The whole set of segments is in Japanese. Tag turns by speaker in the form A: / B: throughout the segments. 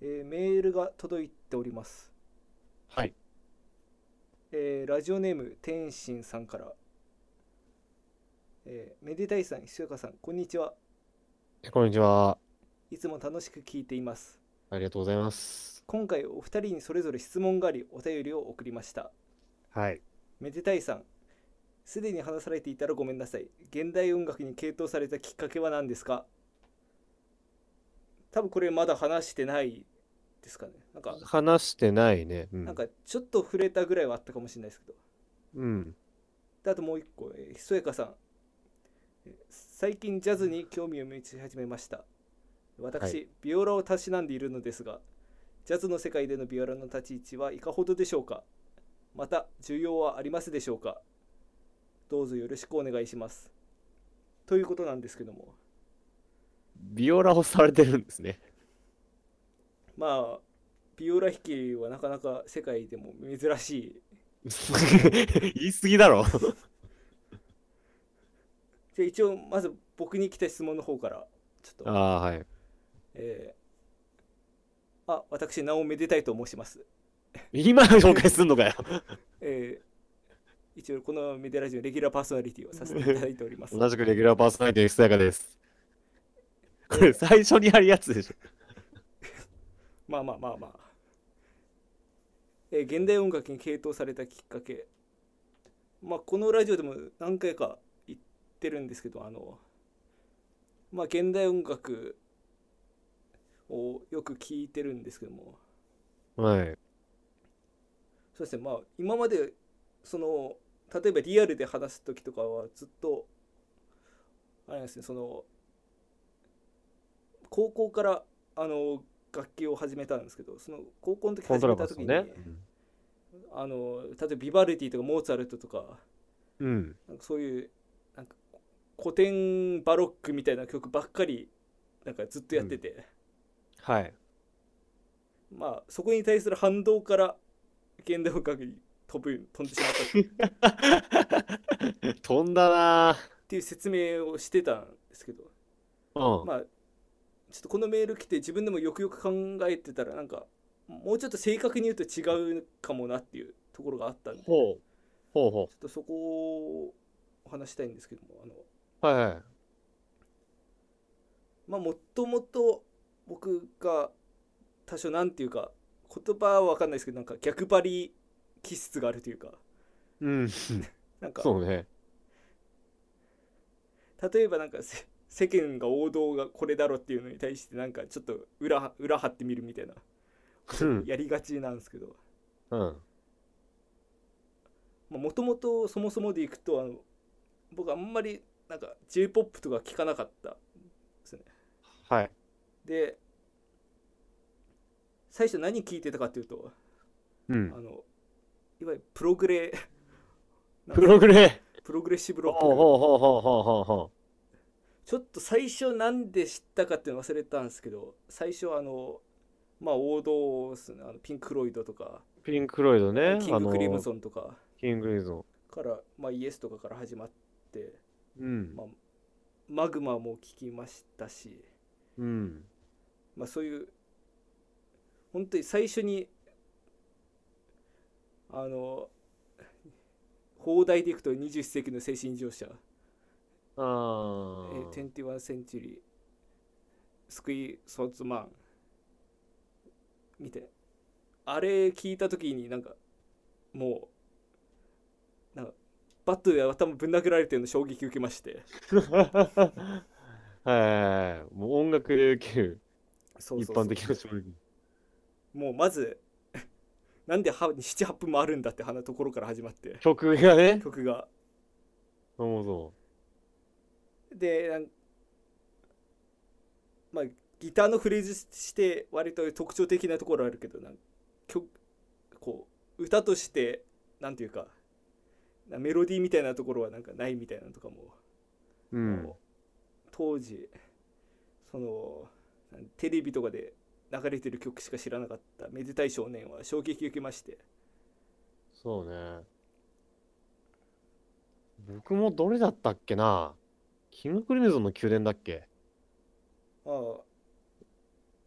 A: えーメールが届いております、
B: はい。
A: えーラジオネーム天心さんから、えーめでたいさんひそやかさんこんにちは
B: こんにちは。
A: いつも楽しく聞いています
B: ありがとうございます。
A: 今回お二人にそれぞれ質問がありお便りを送りました
B: はい。
A: めでたいさんすでに話されていたらごめんなさい現代音楽に傾倒されたきっかけは何ですか多分これまだ話してないですかねなんか
B: 話してないね。うん。
A: なんかちょっと触れたぐらいはあったかもしれないですけど
B: うん。
A: であともう一個、えーひそやかさんえー最近ジャズに興味を持ち始めました私、
B: はい
A: ビオラをたしなんでいるのですがジャズの世界でのビオラの立ち位置はいかほどでしょうかまた需要はありますでしょうかどうぞよろしくお願いしますということなんですけども
B: ビオラをされてるんです ね。
A: まあビオラ弾きはなかなか世界でも珍しい
B: 言い過ぎだろ。
A: じゃあ一応まず僕に来た質問の方からちょっ
B: あ
A: と
B: あ、はい。
A: えーあ私名をめでたいと申します、
B: 今紹介すんのかよ。
A: えー一応このメデラジオのレギュラーパーソナリティをさせていただいております
B: 同じくレギュラーパーソナリティのひそやかです。これ最初にやるやつでしょ。
A: まあまあまあまあ、えー現代音楽に傾倒されたきっかけまあこのラジオでも何回か言ってるんですけどあのまあ現代音楽をよく聞いてるんですけども
B: はい。
A: そうですねまあ今までその例えばリアルで話す時とかはずっとあれなんですねその高校からあの楽器を始めたんですけどその高校の時
B: コン
A: 始
B: トラ
A: め
B: バ
A: た
B: ス
A: 時
B: の
A: に、
B: ね。
A: あの例えばビバルディとかモーツァルトとか
B: うん。
A: なんかそういうなんか古典バロックみたいな曲ばっかりなんかずっとやってて。
B: はい。
A: まあそこに対する反動から現代音楽に飛ぶ飛んでしまったっていうっ
B: 飛んだな
A: ていう説明をしてたんですけど
B: ぁ。うん。
A: まあちょっとこのメール来て自分でもよくよく考えてたらなんかもうちょっと正確に言うと違うかもなっていうところがあったんでちょ
B: ほう。ほうほ
A: っとそこをお話したいんですけどもあの
B: う。はいはい。
A: まあもともと僕が多少なんていうか言葉は分かんないですけどなんか逆張り気質があるというか
B: うん。
A: なんか
B: そうね。
A: 例えばなんかせ世間が王道がこれだろっていうのに対してなんかちょっと裏裏張ってみるみたいな
B: うん。
A: やりがちなんですけど
B: うん。
A: もともとそもそもでいくとあの僕あんまりなんか j p o p とか聞かなかった
B: はい。
A: で最初何聞いてたかっていうと
B: うん
A: あ。のいわゆるプログレ
B: プログレ
A: プログレッシブ
B: ほ
A: ロ
B: うほう
A: ック
B: ほうほうほうほうほ
A: ちょっと最初なんで知ったかっていうの忘れたんですけど最初あのまあ王道っすねあのピンク・フロイドとか
B: う。ピンク・ロイドね。
A: キング・クリム
B: ン。
A: ゾンとか
B: キング・クリムゾ
A: から、まあ、イエスとかから始まって、
B: ン。うん
A: ま。あ、マグマも聞きましたし、
B: うん。
A: まあ、そういう本当に最初にあの放題でいくと21世紀の精神異常者え
B: ああ。
A: ー21センチュリースクイ・ソーツマン見てあれ聞いた時になんかもうなんかバットで頭ぶん殴られてるの衝撃受けまして
B: はいはいはい。もう音楽で受ける
A: そう
B: 一
A: そうそう
B: 般的な衝撃。
A: もうまず なんで78分もあるんだって話のところから始まって
B: 曲がね、
A: 曲が
B: そもそ
A: でなんまあギターのフレーズして割と特徴的なところあるけどなん曲こう歌としてなんていうかなメロディーみたいなところはなんかないみたいなのとかも、
B: も。うん。
A: 当時そのなんテレビとかで流れてる曲しか知らなかった「めでたい少年」は衝撃を受けまして
B: そうね。僕もどれだったっけなキング・クリムゾンの宮殿だっけ
A: ああ、まあ、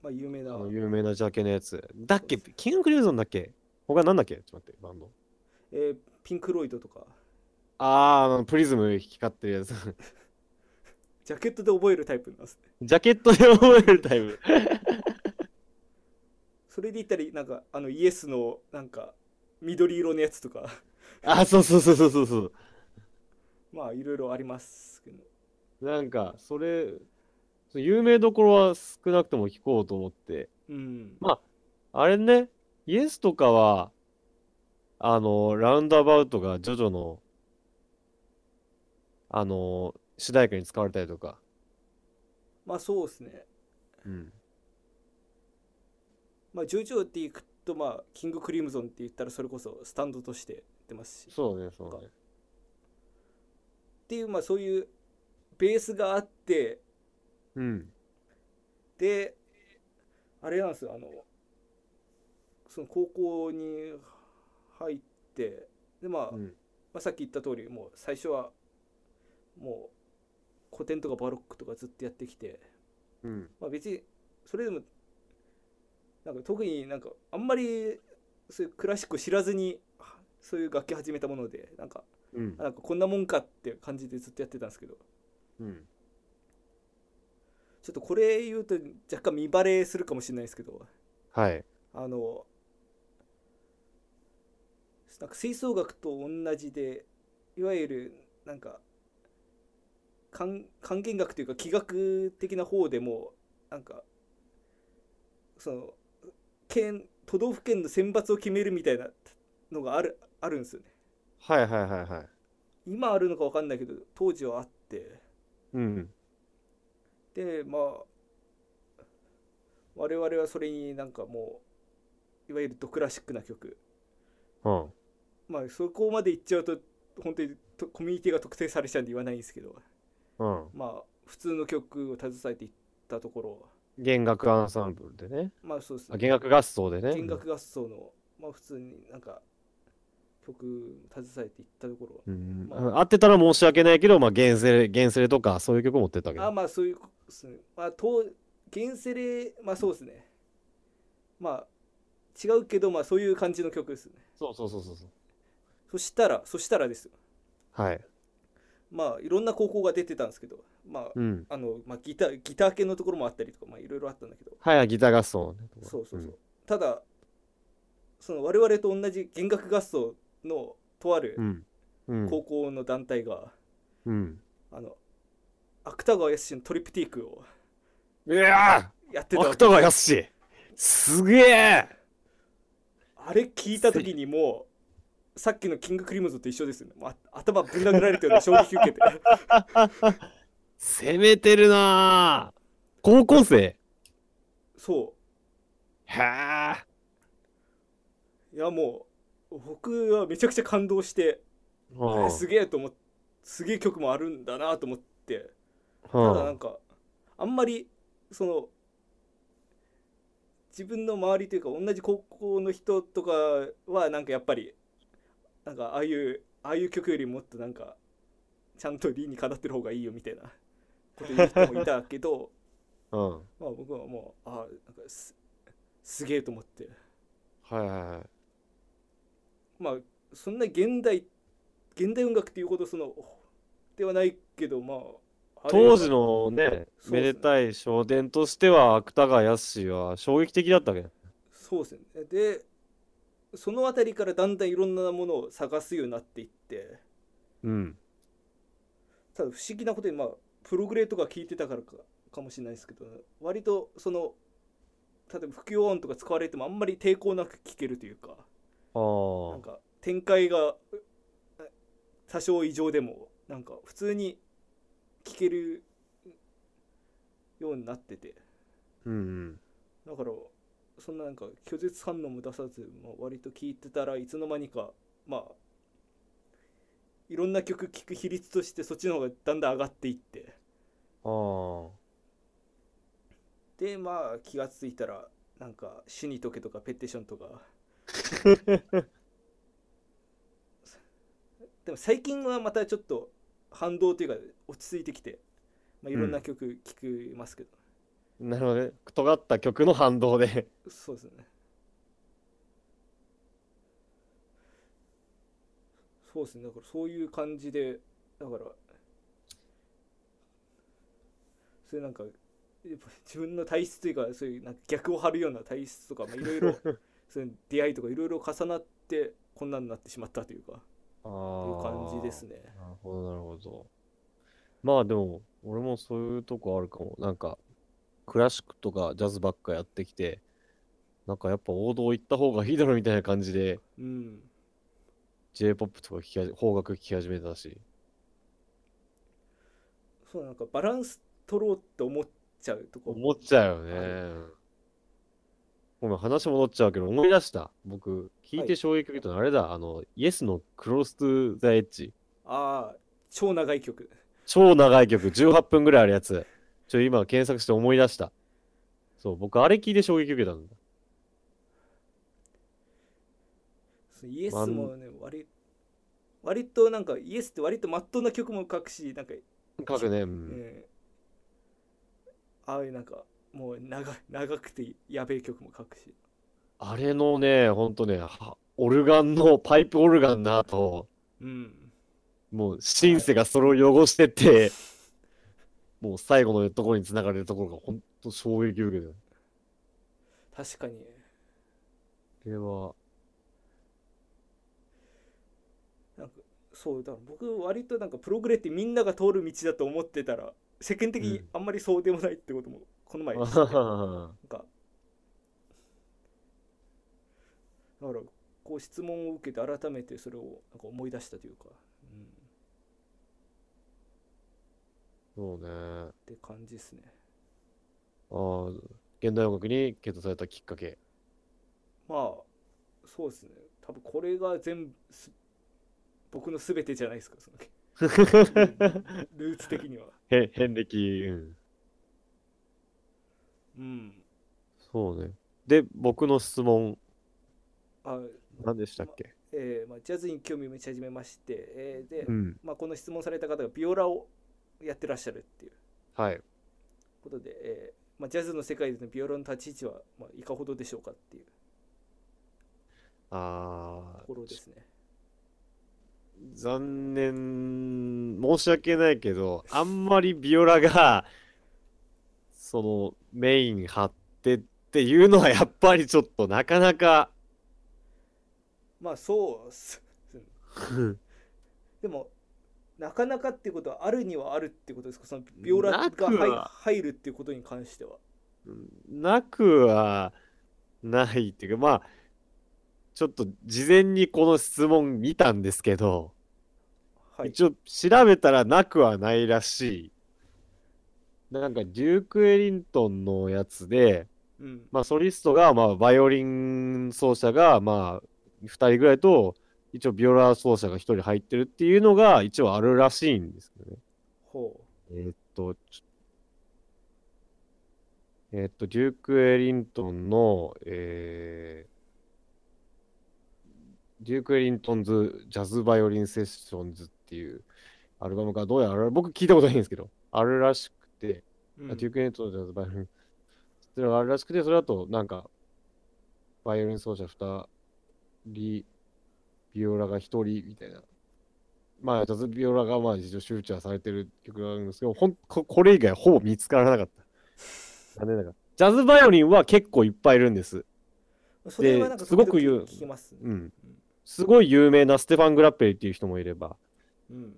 A: まあ、有名
B: あ
A: だわ
B: の有名なジャケのやつ。だっけキングクリムゾンだっけ他なんだっけちょっと待って、バンド。
A: えーピンク・ロイドとか
B: あー、あのプリズム光ってるやつ。
A: ジャケットで覚えるタイプなんですね
B: ジャケットで覚えるタイプ。
A: それで言ったらなんかあのイエスのなんか緑色のやつとか
B: あ、そうそうそうそうそうそう。
A: まあいろいろありますけど
B: なんか、それ、そう有名どころは少なくとも聞こうと思って。
A: うん
B: まあれね、イエスとかは、あの、ラウンドアバウトがジョジョの、あの、主題歌に使われたりとか。
A: まあそうですね
B: うん。
A: まあジョジョっていくとまあキング・クリムゾンって言ったらそれこそスタンドとして出ますしっ
B: そうね、そうね。
A: ていうまあそういうベースがあって
B: うん。
A: であれなんですよあのその高校に入ってでまあ、
B: うん。
A: まあ、さっき言った通りもう最初はもう古典とかバロックとかずっとやってきて、
B: うん。
A: まあ、別にそれでもなんか特になんかあんまりそういうクラシックを知らずにはそういう楽器始めたものでなんか
B: うん
A: あ。なんかこんなもんかって感じでずっとやってたんですけど
B: うん。
A: ちょっとこれ言うと若干見バレするかもしれないですけど
B: はい。
A: あのなんか吹奏楽と同じでいわゆるなんか管管弦楽というか器楽的な方でもなんかその県都道府県の選抜を決めるみたいなのがあるあるんですよね
B: はいはいはいはい。
A: 今あるのか分かんないけど当時はあって
B: うん。
A: でまあ我々はそれになんかもういわゆるドクラシックな曲
B: うん。
A: まあそこまで行っちゃうと本当にとコミュニティが特定されちゃうんで言わないんですけど
B: うん。
A: まあ普通の曲を携えていったところ
B: 弦楽アンサンブルでね。
A: まあそうです
B: あ、
A: ね
B: 弦楽合奏でね。
A: 弦楽合奏のまあ普通になんか曲携えていったとこ
B: うん。
A: ま
B: うん合ってたら申し訳ないけど、まあ、弦セレ、弦セレとか、そういう曲持ってったわけ
A: ろ
B: ど
A: あ。まあそういうことですねまあと原セレまあそうですねまあ違うけどまあそういう感じの曲ですね
B: そうそうそうそうそう。
A: そしたらそしたらですよ
B: はい。
A: まあいろんな高校が出てたんですけどまあ
B: うん。
A: あのまあギターギター系のところもあったりとかまあいろいろあったんだけど
B: はいはい、ギター合奏ね。
A: そうそうそう、
B: ん。
A: ただその我々と同じ弦楽合奏のとある
B: うん。うん。
A: 高校の団体が、
B: うん。
A: あの芥川康のトリプティークを
B: いや
A: やってた
B: ー
A: わけ
B: 芥川康史すげえ
A: あれ聞いた時にもうさっきのキングクリムゾンと一緒ですよねもうあ頭ぶん殴られたような衝撃受 けて
B: 攻めてるなー高校生
A: そ
B: はあ。
A: ういやもう僕はめちゃくちゃ感動してあ
B: うん
A: れすげえと思ってすげえ曲もあるんだなと思って
B: う
A: た
B: ん
A: だなんかあんまりその自分の周りというか同じ高校の人とかはなんかやっぱりなんかああいうああいう曲よりもっとなんかちゃんと理にかなってる方がいいよみたいなこと言う人もいたけど
B: うん。
A: まあ僕はもうああなんかすすげえと思って
B: はいはいはい。
A: まあそんな現代現代音楽っていうほどそのではないけどまああれ
B: 当時のね、
A: そう
B: め
A: っすね
B: でたい昇殿としては、芥川康は衝撃的だったわけど。
A: そうですねでその辺りからだんだんいろんなものを探すようになっていって
B: うん。
A: ただ不思議なことにまあプログレとか聞いてたからかかもしれないですけど割とその例えば不協和音とか使われてもあんまり抵抗なく聞けるというか
B: ああ
A: なん。か展開がう多少異常でもなんか普通に聞けるようになってて
B: うんうん。
A: だからそんななんか拒絶反応も出さず、まあ、割と聞いてたらいつの間にかまあいろんな曲聴く比率としてそっちの方がだんだん上がっていって
B: あ
A: でまあ気がついたらなんか「死にとけ」とか「ペティション」とかでも最近はまたちょっと反動というか落ち着いてきて、まあ、いろんな曲聴きますけど、
B: あ。なるほどね。尖った曲の反動で。
A: そうですねそうですねだからそういう感じでだからそういうなんかやっぱ自分の体質というかそういうなんか逆を張るような体質とかまあいろ いろそういう出会いとかいろいろ重なってこんなになってしまったというか
B: あ
A: という感じです
B: ね。
A: ね
B: なるほど、なるほど。まあでも、俺もそういうとこあるかも。なんか、クラシックとかジャズばっかやってきて、なんかやっぱ王道行った方がいいだろみたいな感じで、
A: うん
B: J-POP とか聞き始め、邦楽聞き始めたし。
A: そうなんかバランス取ろうって思っちゃうとこ
B: 思っちゃうよ
A: あ
B: ね。ごめん、話戻っちゃうけど、思い出した。僕、聞い
A: はい
B: て衝撃受けたの、あれだ、あの、イエスのクロストゥザエッジ。
A: ああ超長い曲
B: 超長い曲、18分ぐらいあるやつ。ちょ、今検索して思い出した。そう、僕、あれ聞いて衝撃受けたんだ。
A: そうイエス
B: まん
A: もね割割となんかイエスって割とまっとうな曲も書くしなんか、
B: 書くね、う。
A: うんんああいうなんかもう長長くてやべえ曲も書くし
B: あれのね、ほんとね、はオルガンの、パイプオルガンの後、
A: うん
B: もうシンセがそれを汚してって、もう最後のところに繋がれるところがほんと衝撃受けた。
A: 確かに
B: これは、
A: なんかそうだから僕割となんかプログレってみんなが通る道だと思ってたら世間的に
B: うん
A: あんまりそうでもないってこともこ の前知ってなん
B: あ
A: かだからこう質問を受けて改めてそれをなんか思い出したというか、うん、っ
B: そうね。
A: て感じですね
B: ああ、現代音楽に傾倒されたきっかけ。
A: まあそうですね多分これが全部す僕の全てじゃないですか そのルーツ的には
B: へ、遍歴。うん。
A: うん
B: そうね。で、僕の質問、
A: あ
B: 何でしたっけ
A: えーまあ、ジャズに興味を持ち始めまして、えーで、
B: うん。
A: まあ、この質問された方がビオラをやってらっしゃるっていう
B: はい。
A: ことで、えーまあ、ジャズの世界でのビオラの立ち位置は、まあ、いかほどでしょうかっていう
B: あ
A: と
B: あ、
A: ころですね
B: 残念、申し訳ないけど、あんまりビオラが、その、メイン張ってっていうのは、やっぱりちょっとなかなか、
A: まあそうっすでもなかなかっていうことはあるにはあるってことですかそのビオラが
B: なくは
A: 入入るっていうことに関しては
B: なくはないっていうか、まあ、ちょっと事前にこの質問見たんですけど、
A: はい
B: 一応調べたらなくはないらしい。なんか、デューク・エリントンのやつで、
A: うん
B: まあ、ソリストが、まあ、バイオリン奏者が、まあ、2人ぐらいと、一応ビオラ奏者が1人入ってるっていうのが、一応あるらしいんですけどね。
A: ほ
B: えーっと、ちょえーっと、デューク・エリントンの、えーデューク・エリントンズ・ジャズ・バイオリン・セッションズっていうアルバムがどうやら、僕聞いたことないんですけど、あるらしくて、
A: う、うん
B: あデューク・エリントンのジャズ・バイオリンっていうのがあるらしくて、それだと、なんか、バイオリン奏者2人、ビオラが1人みたいな。まあ、ジャズビオラがまあ一応集中はされてる曲があるんですけど、ほんここれ以外ほぼ見つからなかった。残念ながら。ジャズバイオリンは結構いっぱいいるんです。
A: それはなんか
B: ですごく
A: 時
B: 言う
A: 々聞きますね
B: うん。すごい有名なステファン・グラッペリっていう人もいれば。
A: うん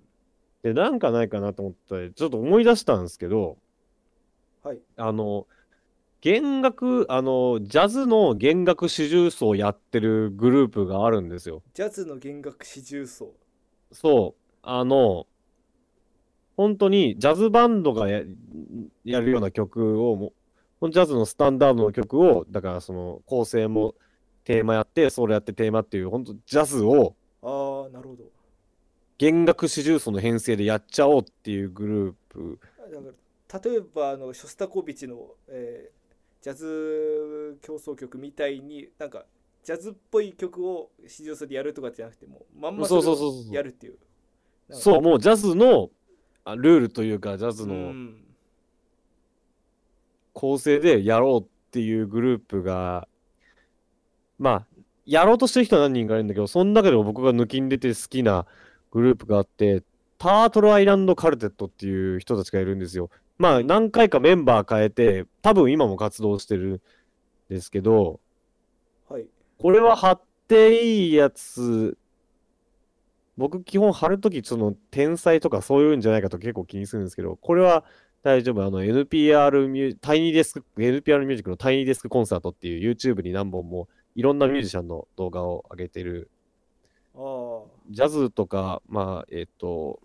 B: で、なんかないかなと思ったら、ちょっと思い出したんですけど、
A: はい
B: あの、弦楽、あの、ジャズの弦楽四重奏をやってるグループがあるんですよ。
A: ジャズの弦楽四重奏
B: そう、あの、本当にジャズバンドがや、やるような曲をも、このジャズのスタンダードの曲を、だからその構成もテーマやって、ソロやってテーマっていう、本当ジャズを
A: ああなるほど
B: 弦楽四重奏の編成でやっちゃおうっていうグループ。
A: だから例えばあのショスタコービチの、えージャズ競争曲みたいになんかジャズっぽい曲を四重奏でやるとかじゃなくてもうまんま
B: そう
A: れ
B: そう
A: を
B: そうそうそう
A: やるっていうなんか
B: そう、もうジャズのあルールというか、ジャズ
A: う
B: の
A: ん
B: 構成でやろうっていうグループが、まあ、やろうとしてる人は何人かいるんだけど、その中でも僕が抜きん出て好きなグループがあって、タートルアイランドカルテットっていう人たちがいるんですよ。まあ、何回かメンバー変えて、多分今も活動してるんですけど、
A: はい
B: これは貼っていいやつ、僕基本貼るとき、その天才とかそういうんじゃないかと結構気にするんですけど、これは大丈夫。あの NPR ミュー、タイニーデスク、NPR ミュージックのタイニーデスクコンサートっていう YouTube に何本もいろんなミュージシャンの動画を上げてる
A: ああ
B: ジャズとか、まあ、えっと、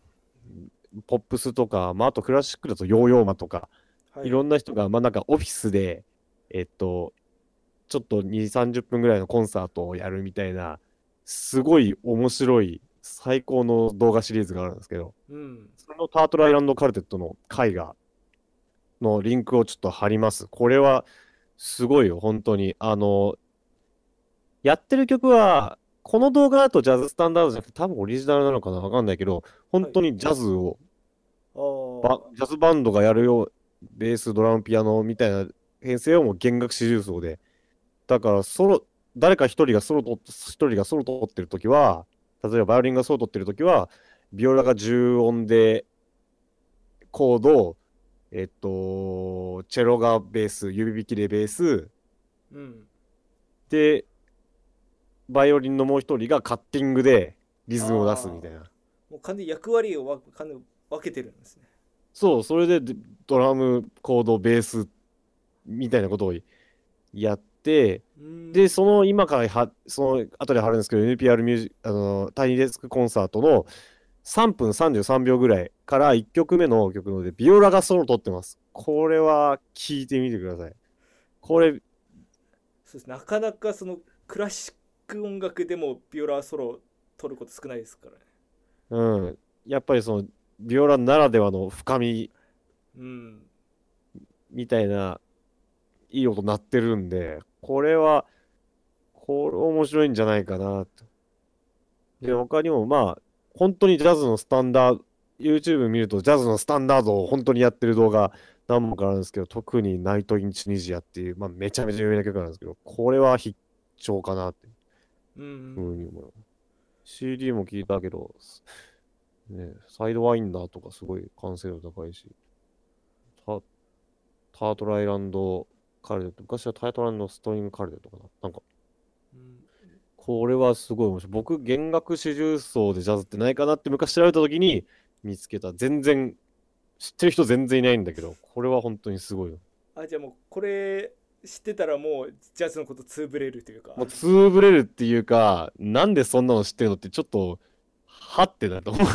B: ポップスとか、まあ、あとクラシックだとヨーヨーマとか、
A: はい
B: いろんな人が、まあ、なんかオフィスで、えっと、ちょっと2、30分ぐらいのコンサートをやるみたいな、すごい面白い、最高の動画シリーズがあるんですけど、
A: うん
B: そのタートルアイランドカルテットの絵画のリンクをちょっと貼ります。これはすごいよ、本当に。あの、やってる曲は、この動画だとジャズスタンダードじゃなくて多分オリジナルなのかなわかんないけど、本当にジャズを、
A: あー
B: ばジャズバンドがやるよう、ベース、ドラム、ピアノみたいな編成をもう弦楽四重奏で。だから、ソロ、誰か一人がソロと、一人がソロ取ってるときは、例えばバイオリンがソロ取ってるときは、ビオラが重音で、コード、えっと、チェロがベース、指弾きでベース、
A: うん
B: で、バイオリンのもう一人がカッティングでリズムを出すみたいな。
A: もう完全に役割をわ完全に分けてるんですね
B: そう、それででドラム、コード、ベースみたいなことをやって、
A: うん
B: で、その今からは、その後で貼るんですけど、NPR ミュージあの、タイニーデスクコンサートの3分33秒ぐらいから1曲目の曲ので、ビオラがソロ取ってます。これは聞いてみてください。これ、
A: そうですなかなかそのクラシック音楽でもビオラソロ取ること少ないですからね
B: うん、やっぱりその、ビオラならではの深み
A: うん
B: みたいな、いい音鳴ってるんで、これは、これ面白いんじゃないかなと。で、他にもまあ、本当にジャズのスタンダード、YouTube 見るとジャズのスタンダードを本当にやってる動画何本かあるんですけど、特にナイト・イン・チュニジアっていう、まあめちゃめちゃ有名な曲なんですけど、これは必聴かなって
A: うん
B: いうふうに思います。CD も聞いたけど、す ね、サイドワインダーとかすごい完成度高いし、タタートルアイランドカルテット、昔はタートルアイランドストリングカルテットかな。なんか、
A: うん
B: これはすごい面白い。僕、弦楽四重奏でジャズってないかなって昔調べた時に見つけた。全然、知ってる人全然いないんだけど、これは本当にすごいよ。
A: あじゃあもうこれ知ってたらもうジャズのことつぶれるというか
B: もう、つぶれるっていうか、なんでそんなの知ってるのってちょっと、はってなると思う。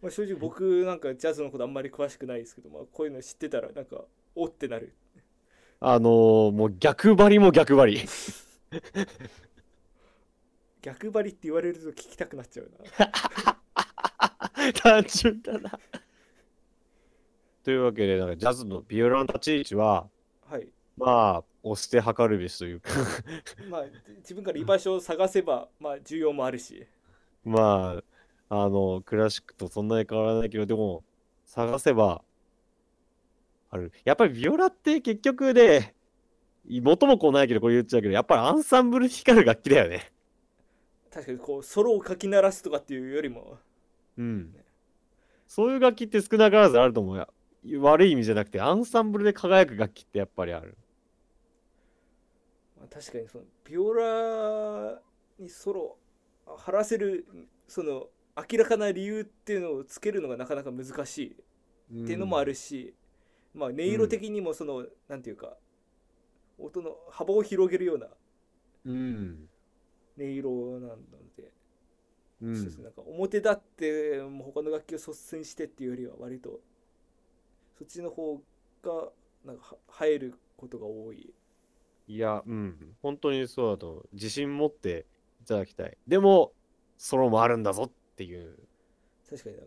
A: まあ、正直僕なんかジャズのことあんまり詳しくないですけど、まあ、こういうの知ってたらなんかおってなる
B: あのー、もう逆張りも逆張り。
A: 逆張りって言われると聞きたくなっちゃう
B: 単純だな。というわけで、なんかジャズのビオラの立ち位置は、
A: なはい
B: まあ、押して測るべしというか、
A: まあ自分から居場所を探せばまあ需要もあるし
B: まあ、あの、クラシックとそんなに変わらないけど、でも、探せば、ある。やっぱりビオラって結局で、元も子もないけど、これ言っちゃうけど、やっぱりアンサンブル光る楽器だよね。
A: 確かにこうソロをかき鳴らすとかっていうよりも
B: うん。そういう楽器って少なからずあると思うよ。悪い意味じゃなくて、アンサンブルで輝く楽器ってやっぱりある。
A: まあ確かにそのビオラにソロを張らせるその明らかな理由っていうのをつけるのがなかなか難しいっていうのもあるし、まあ音色的にもその、なんていうか音の幅を広げるような
B: うん。
A: 音色なんで、
B: う
A: そうんですねなんか表立ってもう他の楽器を率先してっていうよりは割とそっちの方がなんかは映えることが多い。
B: いや、うん、本当にそうだと思う。自信持っていただきたい。でも、ソロもあるんだぞっていう。
A: 確かにな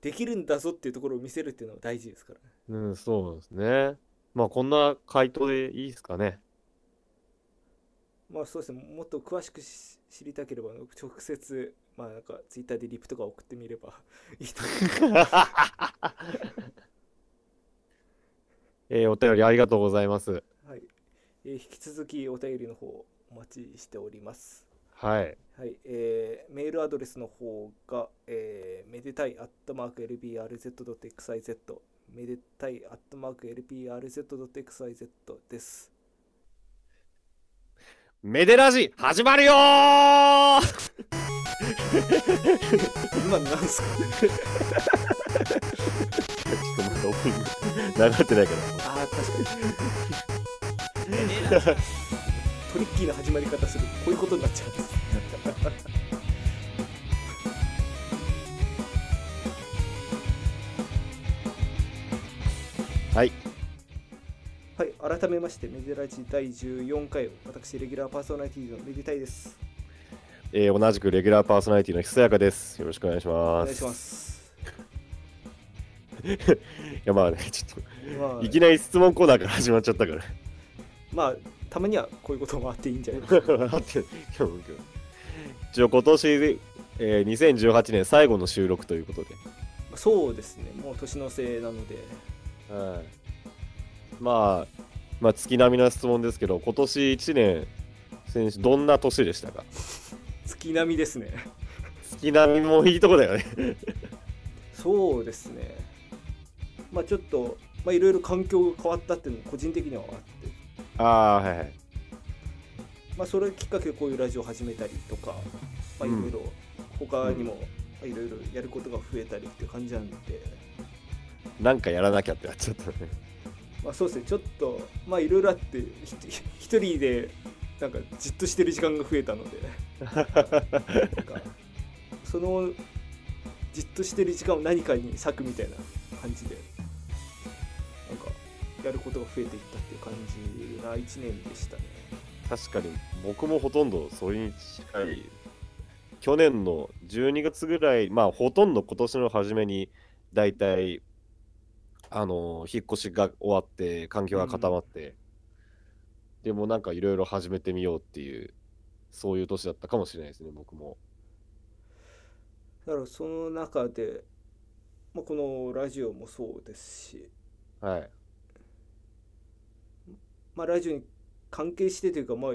A: できるんだぞっていうところを見せるっていうのは大事ですからね
B: うん、そうですね。まあ、こんな回答でいいですかね。
A: まあそうですねもっと詳しくし知りたければ直接まあなん かツイッターでリプとか送ってみればいいと思います
B: えーお便りありがとうございます。
A: はい、えー引き続きお便りの方お待ちしております。
B: はい。
A: はい、えーメールアドレスの方が、えーめでたいアットマーク LBRZ.XIZ めでたいアットマーク LBRZ.XIZ です。
B: メデラジ始まるよー
A: 今なんすか
B: ちょっと待って、オープニング流れてないから。
A: ああ、確かに。トリッキーな始まり方する。こういうことになっちゃうんです。
B: はい。
A: はい、改めまして、メデラジ第14回、私、レギュラーパーソナリティのめでたいです。
B: えー同じくレギュラーパーソナリティのひそやかです。よろしくお願いし
A: お
B: ます。
A: 願いしま。す。
B: いや、まあね、ちょっ
A: ま
B: と、
A: あ
B: いきなり質問コーナーから始まっちゃったから。
A: まあ、たまにはこういうこともあっていいんじゃないですか。
B: 笑ってる今日僕一応今年で、えー2018年最後の収録ということで、
A: そうですね、もう年のせいなので、
B: まあ、まあ月並みな質問ですけど今年1年選手どんな年でしたか
A: 月並みですね。
B: 月並みもいいとこだよね
A: そうですね。まあちょっと、まあいろいろ環境が変わったっていうのも個人的にはあって、
B: ああはいはい
A: まあそれきっかけでこういうラジオを始めたりとか、まあいろいろ他にもまあいろいろやることが増えたりっていう感じなんで、
B: なんかやらなきゃってなっちゃったね
A: まあそうですね、ちょっと、まあいろいろあって、ひと一人でなんかじっとしてる時間が増えたので、なんかそのじっとしてる時間を何かに割くみたいな感じでなんかやることが増えていったっていう感じな1年でしたね
B: 確かに僕もほとんどそれに近い去年の12月ぐらいまあほとんど今年の初めに大体あの引っ越しが終わって環境が固まって、でもなんかいろいろ始めてみようっていうそういう年だったかもしれないですね僕も
A: だからその中で、まあ、このラジオもそうですし、
B: はい
A: まあ、ラジオに関係してというか、まあ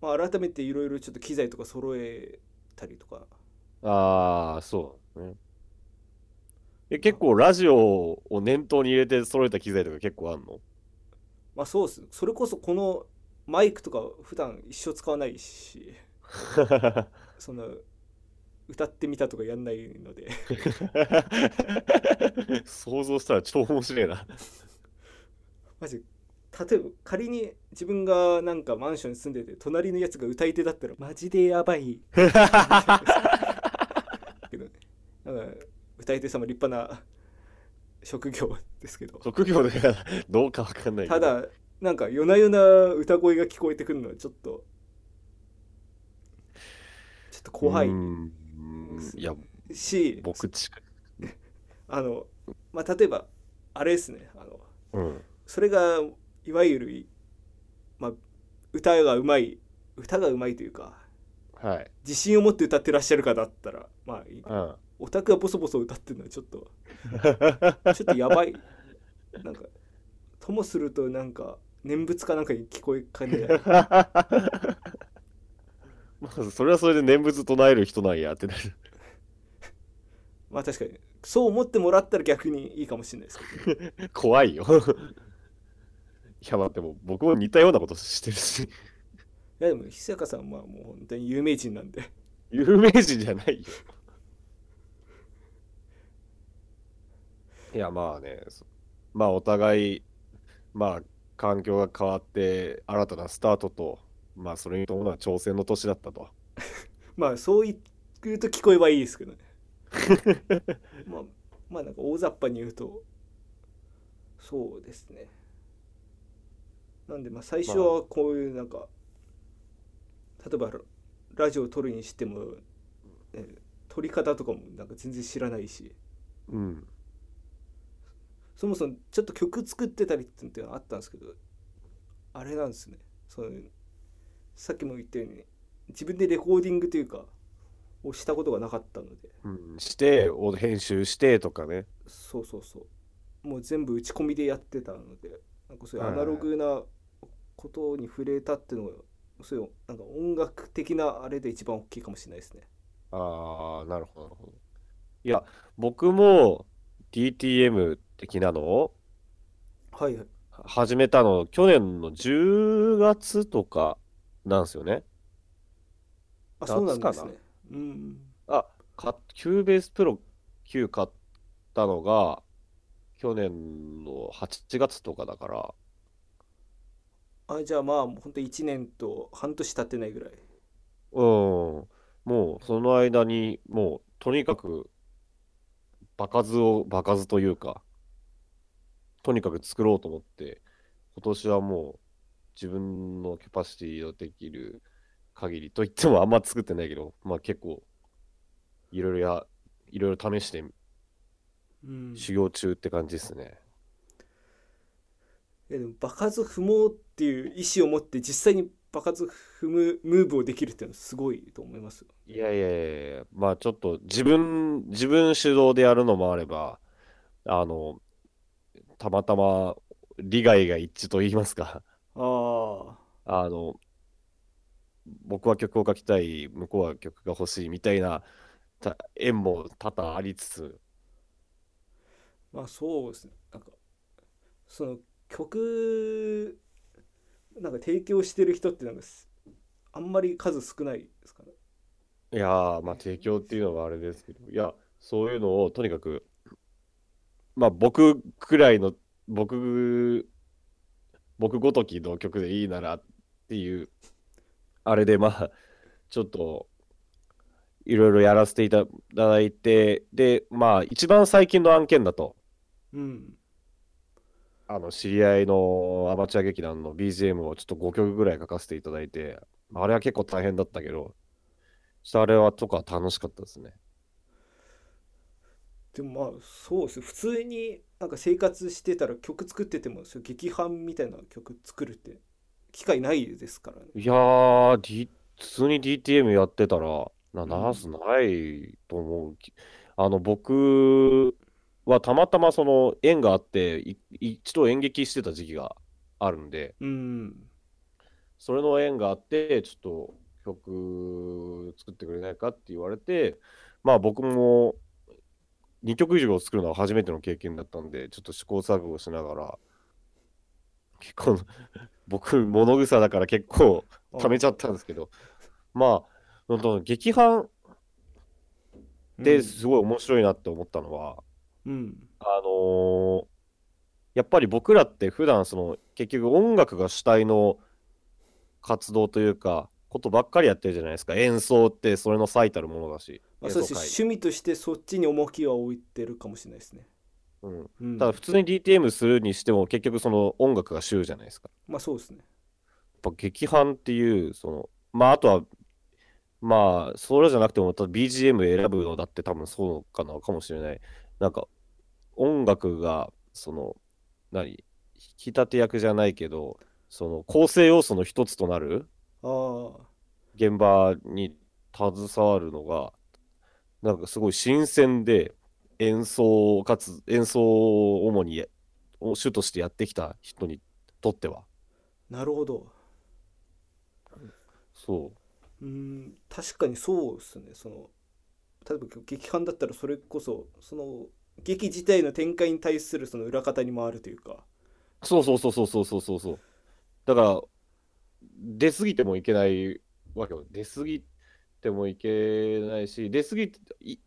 A: まあ、改めていろいろちょっと機材とか揃えたりとか
B: ああそうねえ結構ラジオを念頭に入れて揃えた機材とか結構あんの
A: まあそうですそれこそこのマイクとか普段一生使わないしその歌ってみたとかやんないので
B: 想像したら超面白いな。
A: マジ例えば仮に自分がなんかマンションに住んでて隣のやつが歌い手だったらマジでやばい けどねなんか歌い手様立派な職業ですけど
B: 職業だからどうかわかんないけ
A: た
B: ど。
A: だなんか夜な夜な歌声が聞こえてくるのはちょっとちょっと怖い
B: うんいや、
A: し
B: 僕近い。
A: あの、まあ、例えばあれですねあの
B: うん。
A: それがいわゆる、まあ、歌がうまい歌がうまいというか
B: はい。
A: 自信を持って歌ってらっしゃる方だったらまあいい
B: うん。
A: オタクがボソボソ歌ってるのはちょっとちょっとやばいなんかともするとなんか念仏かなんかに聞こえかねない
B: まあ、それはそれで念仏唱える人なんやってなる。
A: まあ確かにそう思ってもらったら逆にいいかもしれないですけど
B: 怖いよ。 いや、待っても、僕も似たようなことしてるし、
A: いやでも久坂さんはもう本当に有名人なんで
B: 有名人じゃないよ。いや、まあね、そまあ、お互い、まあ、環境が変わって、新たなスタートと、まあ、それに伴う挑戦の年だったと。
A: まあそう言うと聞こえはいいですけどね まあまあなんか大雑把に言うとそうですねなんでまあ最初はこういうなんか、例えばララジオを撮るにしても、ね撮り方とかもなんか全然知らないし
B: うん。
A: そもそもちょっと曲作ってたりっていうのはあったんですけどあれなんですねそのさっきも言ったように自分でレコーディングというかをしたことがなかったので
B: うん、して、お編集してとかね。
A: そうそうそうもう全部打ち込みでやってたのでなんかそういうアナログなことに触れたっていうのがそういうなんか音楽的なあれで一番大きいかもしれないですね。
B: ああ、なるほど、なるほど。いや、僕も DTM 的なのを
A: はいはい。
B: 始めたの、去年の10月とかなんですよね。
A: あ、そうなんで
B: 夏
A: す
B: かな
A: ね。うん。
B: あ、か、キューベースプロ9買ったのが、去年の8月とかだから、
A: あ、じゃあまあ本当1年と半年経ってないぐらい。
B: うん、もうその間に、もうとにかく場数を、場数というか、とにかく作ろうと思って、今年はもう自分のキャパシティをできる限りといってもあんま作ってないけど、まあ結構いろいろや、いろいろ試して
A: うん。
B: 修行中って感じですね。
A: いやでも場数踏もうっていう意思を持って実際に場数踏むムーブをできるっていうのはすごいと思います。
B: いやいやいやいや、まあちょっと自分、自分主導でやるのもあれば、あの、たまたま利害が一致と言いますか、
A: ああ。
B: あの、僕は曲を書きたい、向こうは曲が欲しいみたいなた縁も多々ありつつ、
A: まあそうですね。なんかその曲なんか提供してる人ってなんかすあんまり数少ないですかね。
B: いやー、まあ提供っていうのはあれですけど、いや、そういうのをとにかく、まあ僕くらいの、僕、僕ごときの曲でいいならっていう、あれでまあ、ちょっと、いろいろやらせていただいて、で、まあ一番最近の案件だと、
A: うん。
B: あの、知り合いのアマチュア劇団の BGM をちょっと5曲ぐらい書かせていただいて、あれは結構大変だったけど、ちょっとあれはとか楽しかったですね。
A: でもまあそうですね。普通になんか生活してたら曲作っててもそういう劇伴みたいな曲作るって機会ないですからね。
B: いやー、D、普通に DTM やってたら、な、
A: う。
B: なんすないと思うき。あの、僕はたまたまその縁があって、い一度演劇してた時期があるんで、
A: うん。
B: それの縁があって、ちょっと曲作ってくれないかって言われて、まあ僕も2曲以上作るのは初めての経験だったんで、ちょっと試行錯誤しながら、結構、僕、物臭だから結構、
A: あ
B: 溜めち
A: あ。
B: ゃったんですけど、まあ、ほんと劇伴っ
A: う
B: て
A: ん。
B: すごい面白いなって思ったのは、
A: うん。
B: あのーやっぱり僕らって普段その結局音楽が主体の活動というか、ことばっかりやってるじゃないですか。演奏ってそれの最たるものだし、
A: まあ
B: 演
A: そうで
B: 奏
A: すね。
B: 会。
A: 趣味としてそっちに重きは置いてるかもしれないですね。
B: うん。
A: う
B: ただ
A: ん。
B: 普通に DTM するにしても結局その音楽が主じゃないですか。
A: まあそうですね。
B: やっぱ劇伴っていう、その、まああとは、まあ、それじゃなくても、ただ BGM 選ぶのだって多分そうかな、かもしれない。なんか、音楽が、その、何、引き立て役じゃないけど、その構成要素の一つとなる
A: ああ。
B: 現場に携わるのが、なんかすごい新鮮で、演奏かつ、演奏を主にを主としてやってきた人にとっては、
A: なるほど。
B: そう
A: ーん、確かにそうですね。その、例えば劇伴だったらそれこそ、その劇自体の展開に対するその裏方に回るというか。
B: う、そうそうそうそうそうそうそうそう。だから、出過ぎてもいけないわけよ。出過ぎてもいけないし、出過ぎてい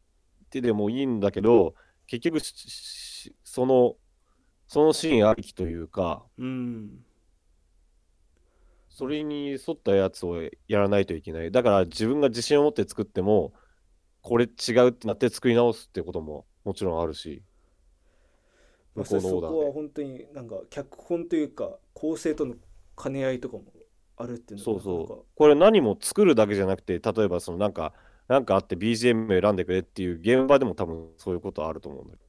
B: てでもいいんだけど、結局し、しその、そのシーンありきというか、
A: うーん。
B: それに沿ったやつをやらないといけない。だから自分が自信を持って作っても、これ違うってなって作り直すってことももちろんあるし、
A: まあ、それ
B: 向こうの
A: そ
B: オーダー
A: こは
B: で。
A: 本当になんか脚本というか構成との兼ね合いとかもあるっていうの
B: そう
A: がなかな
B: そう。
A: か。
B: これ何も作るだけじゃなくて、例えばそのなんか、なんかあって BGM 選んでくれっていう現場でも多分そういうことあると思うんだよ。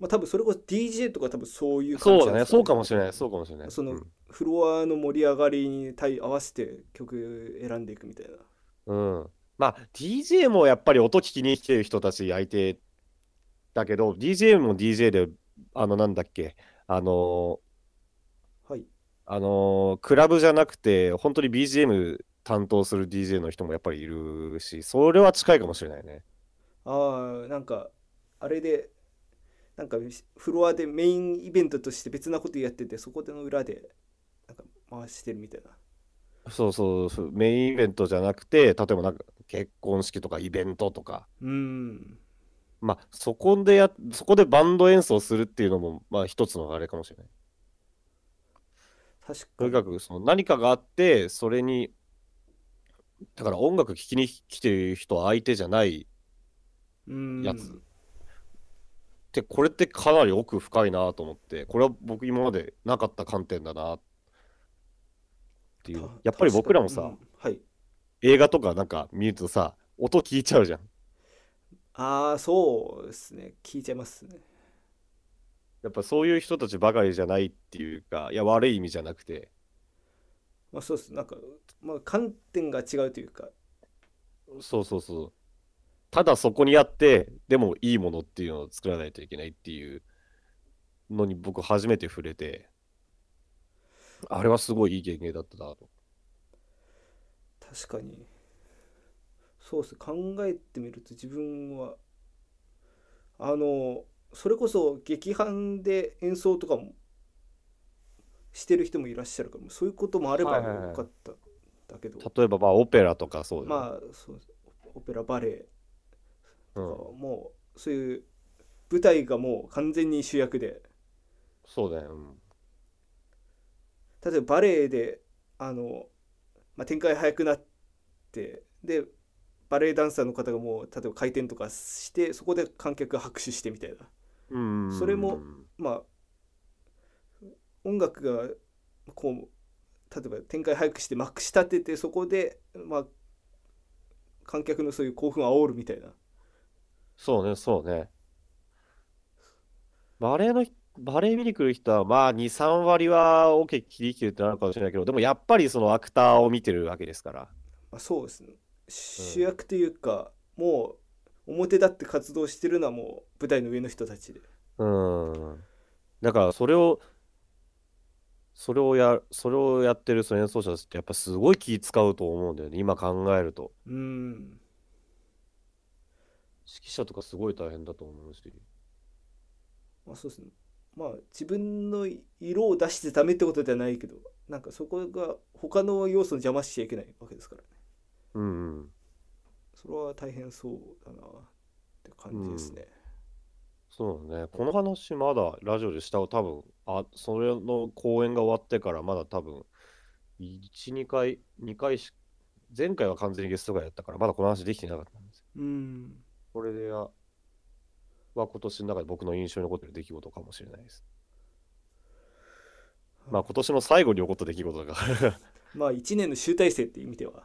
A: まあ多分それこそ DJ とか多分そういう感
B: そう
A: じ
B: だ
A: なんで
B: ね。
A: すか
B: そう
A: ね。
B: かもしれない。そうかもしれない。
A: その
B: うん。
A: フロアの盛り上がりに対合わせて曲選んでいくみたいな。
B: うん。まあ、DJ もやっぱり音聞きに来てる人たち相手だけど、DJ も DJ であの、なんだっけ、あの
A: はい
B: ーあのークラブじゃなくて、本当に BGM 担当する DJ の人もやっぱりいるし、それは近いかもしれないね。
A: ああなんかあれでなんかフロアでメインイベントとして別なことやっててそこでの裏でなんか回してるみたいな
B: そうそうそう、メインイベントじゃなくて、例えばなんか結婚式とかイベントとか、
A: うーん
B: まあ、そこでや、そこでバンド演奏するっていうのも、まあ、一つのあれかもしれない。
A: 確
B: と
A: か
B: に
A: に
B: かくその何かがあって、それに、だから音楽聴きに来てる人相手じゃないっ
A: うーん
B: やつて、これってかなり奥深いなと思って、これは僕今までなかった観点だなっていう。
A: た
B: やっぱり
A: 確
B: 僕ら
A: か
B: も
A: にう
B: さ、
A: んはい
B: 映画とかなんか見るとさ、音聞いちゃうじゃん。
A: ああそうですね聞いちゃいますね
B: やっぱそういう人たちばかりじゃないっていうか、いや、悪い意味じゃなくて、
A: まあそうですなんかまあ観点が違うというか
B: そうそうそう。ただそこにあって、でもいいものっていうのを作らないといけないっていうのに僕初めて触れて、あれはすごいいい経験だったなと。
A: 確かにそうです考えてみると自分はあのそれこそ劇伴で演奏とかもしてる人もいらっしゃるからそういうこともあれば
B: はい
A: よ
B: はいはい
A: かったんだけど、
B: 例えばまあオペラとかそうだよね
A: まあそうオペラバレエ
B: う
A: とか
B: ん、
A: はもうそういう舞台がもう完全に主役で
B: そうだよ、うん
A: 例えばバレエであの、まあ、展開早くなってでバレエダンサーの方がもう例えば回転とかしてそこで観客が拍手してみたいな
B: うんうんうん。
A: それもまあ音楽がこう例えば展開早くしてまくし立ててそこで、まあ、観客のそういう興奮を煽るみたいな
B: そうね、そうね。バレエの人、バレエ見に来る人はまあ2、3割はオケ切り切るってなるかもしれないけど、でもやっぱりそのアクターを見てるわけですから。
A: まあ、そうですね主役というか、もう表立って活動してるのはもう舞台の上の人たちで
B: うん。だからそれを、それをや、それをやってるその演奏者たちってやっぱすごい気使うと思うんだよね。今考えると。
A: うん
B: 指揮者とかすごい大変だと思うし。
A: まあ、そうですね。まあ自分の色を出してダメってことではないけど、なんかそこが他の要素の邪魔しちゃいけないわけですからね。
B: うんうん。
A: それは大変そうだなって感じですね。
B: そうだね。この話まだラジオでした多分、あ、それの公演が終わってからまだ多分、1、2回、2回し、前回は完全にゲスト会やったからまだこの話できてなかったんですよ。
A: うん。
B: これでは、は今年の中で僕の印象に残ってる出来事かもしれないです。まあ今年の最後に起こった出来事だから
A: まあ一年の集大成っていう意味では、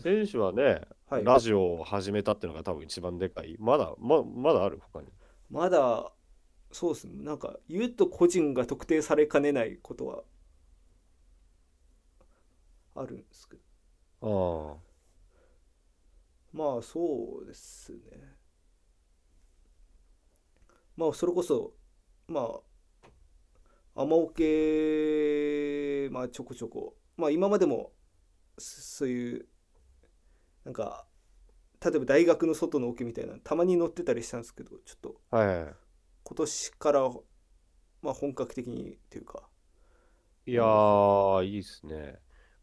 B: 選手はね、
A: はい。
B: ラジオを始めたっていうのが多分一番でかい。まだ、ま、まだある他に。
A: まだそうですね。なんか言うと個人が特定されかねないことはあるんですけど、
B: ああ。
A: まあそうですね。まあそれこそまあ雨おけまあちょこちょこまあ今までもそそういうなんか例えば大学の外のオケみたいなのたまに乗ってたりしたんですけどちょっと
B: はいは
A: 今年からまあ本格的にというか
B: い。いやー、いいっすね。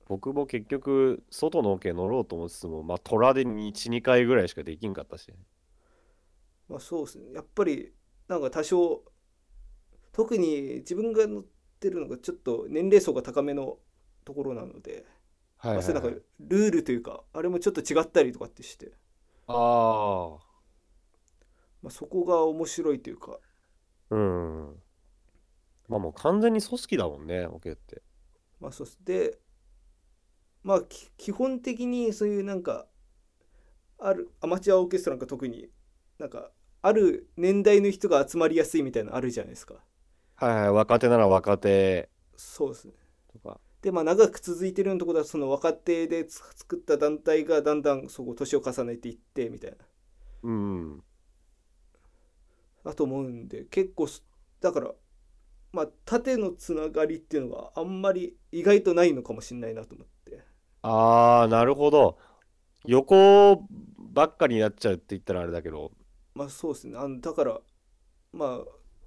B: 僕も結局、外のオケ乗ろうと思いつつも、まあ、虎で1、2回ぐらいしかできんかったし。
A: まあそうですねやっぱりなんか多少特に自分が乗ってるのがちょっと年齢層が高めのところなので、
B: は
A: まあそういうなんかルールというかあれもちょっと違ったりとかってして、
B: ああ。
A: まあ、そこが面白いというか
B: うん。まあもう完全に組織だもんね、オケって。
A: まあそうですでまあき基本的にそういうなんかあるアマチュアオーケストラなんか特になんかある年代の人が集まりやすいみたいなのあるじゃないですか
B: はいはい、若手なら若手
A: そうですね
B: とか。
A: でまあ長く続いてるようなところはその若手でつ作った団体がだんだんそこ年を重ねていってみたいな
B: うん。
A: だと思うんで結構すだからまあ縦のつながりっていうのがあんまり意外とないのかもしれないなと思って
B: ああ、なるほど。横ばっかりになっちゃうって言ったらあれだけど。
A: まあそうですねあのだからまあ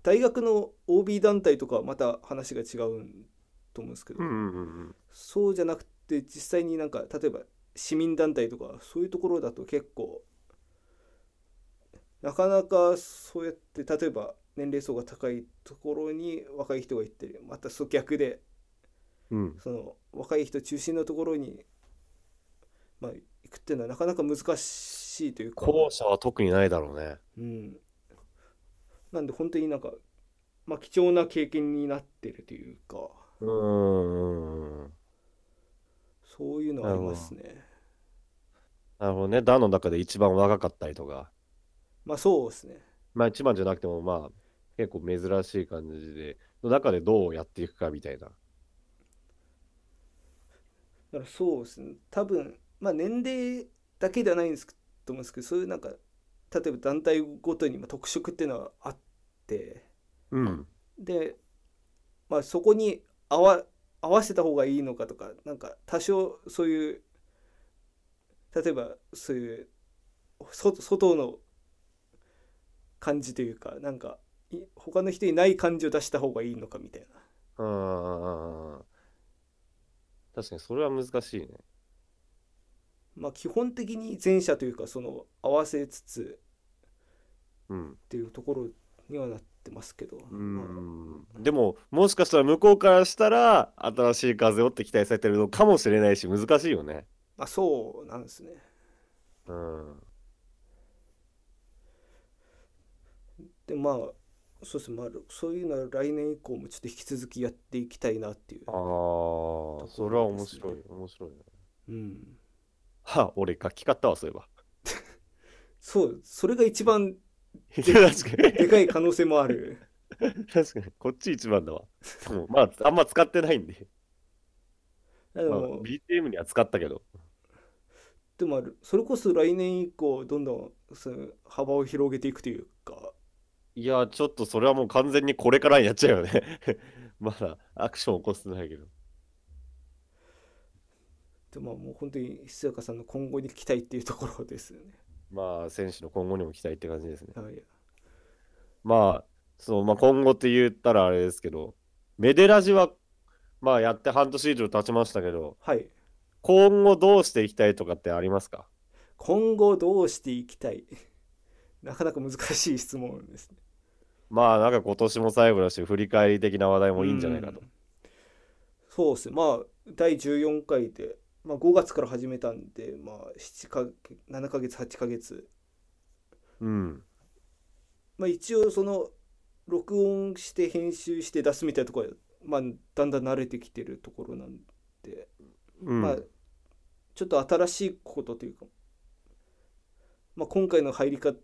A: 大学の OB 団体とかはまた話が違うと思うんですけど
B: うんうんうんうん。
A: そうじゃなくて実際になんか例えば市民団体とかそういうところだと結構なかなかそうやって例えば年齢層が高いところに若い人が行ってまたそう逆で
B: うん。
A: その若い人中心のところに、まあ、行くっていうのはなかなか難しいというか、
B: 後者は特にないだろうね。
A: うん、なんで本当になんか、まあ、貴重な経験になってるというか
B: うんうんうん。
A: そういうのはありますね。
B: なるほどね。団の中で一番若かったりとか。
A: まあそうですね。
B: まあ一番じゃなくてもまあ結構珍しい感じで、の中でどうやっていくかみたいな。
A: だからそうですね多分まあ年齢だけではないんですけと思うんですけどそういうなんか例えば団体ごとにまあ特色っていうのはあって
B: うん。
A: で、まあ、そこに合わ合わせた方がいいのかとかなんか多少そういう例えばそういうそ外の感じというかなんかい他の人にない感じを出した方がいいのかみたいな。
B: うんうんうん。確かにそれは難しいね。
A: まあ、基本的に前者というかその合わせつつ
B: うん。
A: っていうところにはなってますけど、まあ
B: うんでも、もしかしたら向こうからしたら新しい風をって期待されてるのかもしれないし、難しいよね。
A: まあそうなんですね
B: うん。
A: でまあそうですね、まあ、そういうのは来年以降もちょっと引き続きやっていきたいなっていう
B: ああ、それは面白い、面白いね。
A: うん
B: は、俺書き買ったわ、そういえ ば。
A: そうそれが一番
B: いや確か
A: でかい可能性もある
B: に。確かに。こっち一番 だわ。でもまあ、あんま使ってないんで。
A: で
B: まあ、
A: も
B: BTM には使ったけど。
A: でもあるそれこそ来年以降どんどんその幅を広げていくというか
B: いや、ちょっとそれはもう完全にこれからやっちゃうよね。 まだアクション起こしてないけど。
A: でまあもう本当にひつやかさんの今後に期待っていうところです よね
B: まあ、選手の今後にも期待って感じですね。
A: はい
B: まあ、そう、まあ、今後って言ったらあれですけど、メデラジは、まあ、やって半年以上経ちましたけど、
A: はい
B: 今後どうしていきたいとかってありますか
A: 今後どうしていきたい なかなか難しい質問ですね
B: まあ、なんか今年も最後だし、振り返り的な話題もいいんじゃないかと
A: う。んそうですねまあ第14回で、まあ、5月から始めたんで、まあ、7か7ヶ月8ヶ月、
B: うん。
A: まあ、一応その録音して編集して出すみたいなところは、まあ、だんだん慣れてきてるところなんで、
B: うん。
A: まあちょっと新しいことというか、まあ、今回の入り方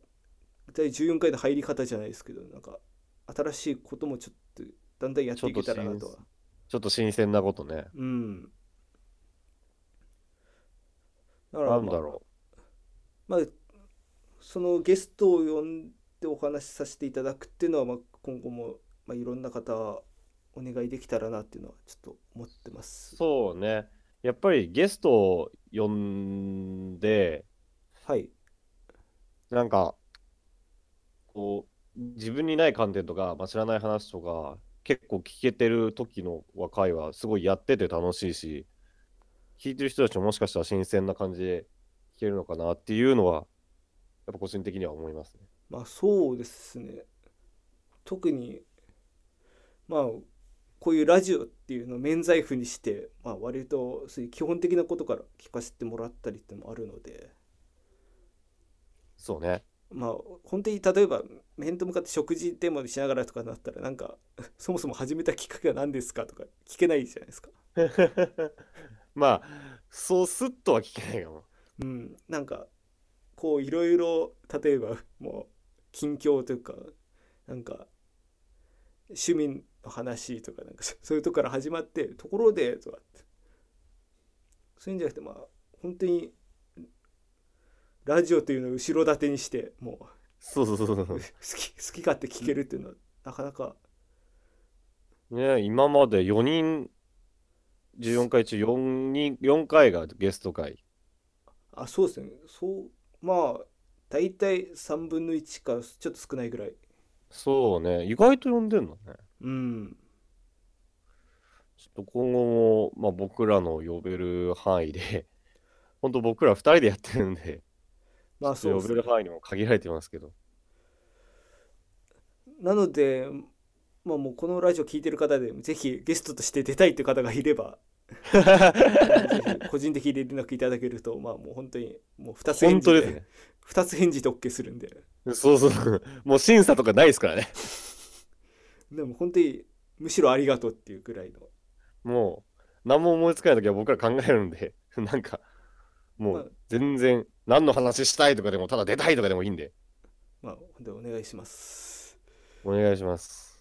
A: 第14回の入り方じゃないですけどなんか新しいこともちょっとだんだんやっていけたらな
B: ち
A: と
B: ょっと新
A: は。
B: ちょっと新鮮なことね。
A: うん。だから、
B: なん
A: ま
B: だ
A: あ、
B: ろ
A: まあ、そのゲストを呼んでお話しさせていただくっていうのは、まあ、今後も、まあ、いろんな方お願いできたらなっていうのはちょっと思ってま
B: う。
A: す。
B: そうね。やっぱりゲストを呼んで、
A: はい。
B: なんか、こう、自分にない観点とか、まあ、知らない話とか、結構聞けてる時の若いは、すごいやってて楽しいし、聞いてる人たちももしかしたら新鮮な感じで聞けるのかなっていうのは、やっぱ個人的には思いますね。
A: まあ、そうですね。特に、まあ、こういうラジオっていうのを免罪符にして、まあ、割とそういう基本的なことから聞かせてもらったりってのもあるので。
B: そうね。
A: まあ本当に例えば面と向かって食事でもしながらとかなったらなんか そもそも始めたきっかけは何ですかとか聞けないじゃないですか。
B: まあ、そうすっとは聞けないかも。
A: うん、なんかこういろいろ例えばもう近況というかなんか趣味の話とかなんか そそういうとこから始まってところでとかってそういうんじゃなくてまあ本当にラジオというのを後ろ盾にしてもう
B: そうそうそうそ
A: 好
B: う。
A: き好き勝手聞けるっていうのはなかなか
B: ね今まで4人、14回中4人、4回がゲスト会。
A: あそうですねそうまあ大体3分の1かちょっと少ないぐらい
B: そうね、意外と呼んでんのね。
A: うん
B: ちょっと今後も、まあ、僕らの呼べる範囲で、 本当僕ら2人でやってるんで、
A: まあ
B: ち
A: そう
B: ょ
A: で
B: っ
A: す
B: と呼
A: ね
B: べる範囲にも限られてます けど。
A: なのでまあもうこのラジオ聞いてる方でぜひゲストとして出たいっていう方がいれば ぜひ個人的に連絡いただけるとまあもう本当にもう2つ返
B: 本
A: 事
B: 当
A: で
B: ですね。
A: 2つ返事で OK するんで
B: そうそう。もう審査とかないですからね。
A: でも本当にむしろありがとうっていうぐらいの
B: もう、何も思いつかないときは僕ら考えるんで、 なんか、も
A: まあ
B: う全然、何の話したいとかでも、ただ出たいとかでもいいんで、
A: まあ本当にお願いします
B: お願いします。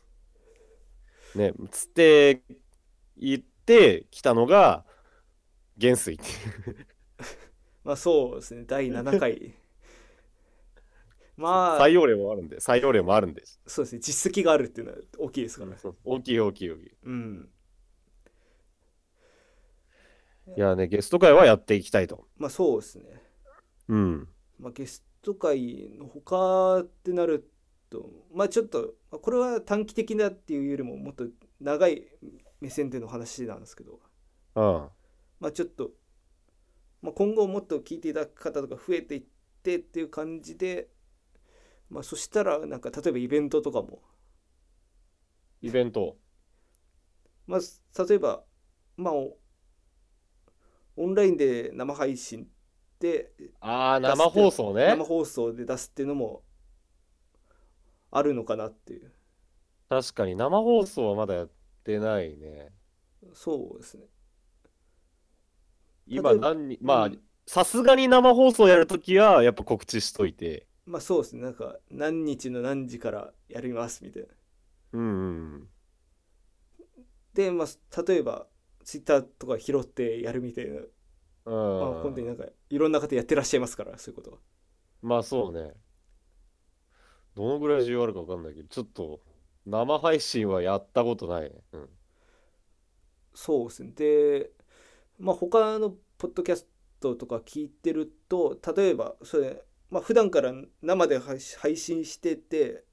B: ね、つって、言ってきたのが、元帥っていう。
A: まあそうですね第7回 まあ
B: 採用例もあるんで、採用例もあるんです。
A: そうですね実績があるっていうのは大きいですからね
B: そう大きい大きい大きい。
A: うん
B: いやね、ゲスト会はやっていきたいと。
A: まあそうですね
B: うん。
A: まあ、ゲスト会の他ってなるとまあちょっとまあこれは短期的なっていうよりももっと長い目線での話なんですけど
B: うん。
A: まあちょっと、まあ、今後もっと聞いていただく方とか増えていってっていう感じで、まあ、そしたらなんか例えばイベントとかも、
B: イベント。
A: まあ、例えば、まあ、おオンラインで生配信で
B: ああ、生放送ね
A: 生。放送で出すっていうのもあるのかなっていう
B: 確かに生放送はまだやってないね。
A: そうですね
B: 今
A: 例えば
B: 何人、ま
A: う
B: あ
A: ん、
B: さすがに生放送やるときは、やっぱ告知しといて。
A: まあそうですねなんか何日の何時からやりますみたいな
B: うんうん
A: で、まあ、例えばツイッターとか拾ってやるみたいなま
B: うん。
A: あ
B: うん
A: 本当になんかいろんな方やってらっしゃいますからそういうことは
B: まあそうね。どのぐらい需要あるかわかんないけど、ちょっと、生配信はやったことないね。うん。
A: そうですねでまあ他のポッドキャストとか聞いてると例えばそれまあ普段から生で配信配信してて、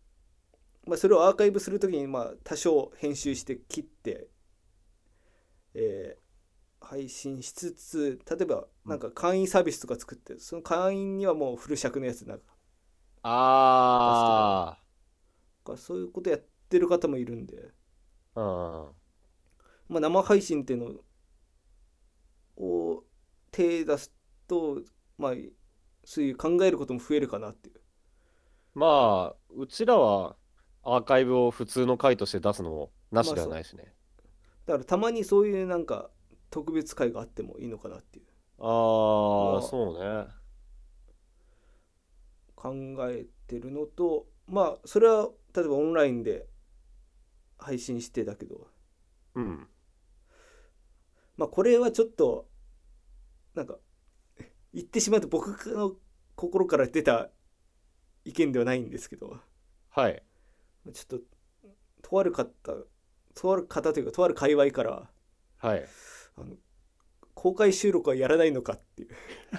A: まあ、それをアーカイブするときにまあ多少編集して切って、えー配信しつつ例えばなんか会員サービスとか作ってその会員にはもうフル尺のやつなんか
B: あ
A: そういうことやってる方もいるんで。
B: あ。うん。
A: まあ、生配信っていうのを手出すと、まあ、そういう考えることも増えるかなっていう。
B: まあ、うちらはアーカイブを普通の回として出すのもなしではないしね。
A: だからたまにそういうなんか特別会があってもいいのかなっていう
B: ああ、
A: まあ
B: そうね。
A: 考えてるのとまあそれは例えばオンラインで配信してだけど、
B: うん。
A: まあ、これはちょっとなんか言ってしまうと僕の心から出た意見ではないんですけど。
B: はい。
A: ちょっと、とある方、とある方というか、とある界隈から、
B: はい。
A: あの、公開収録はやらないのかっていう。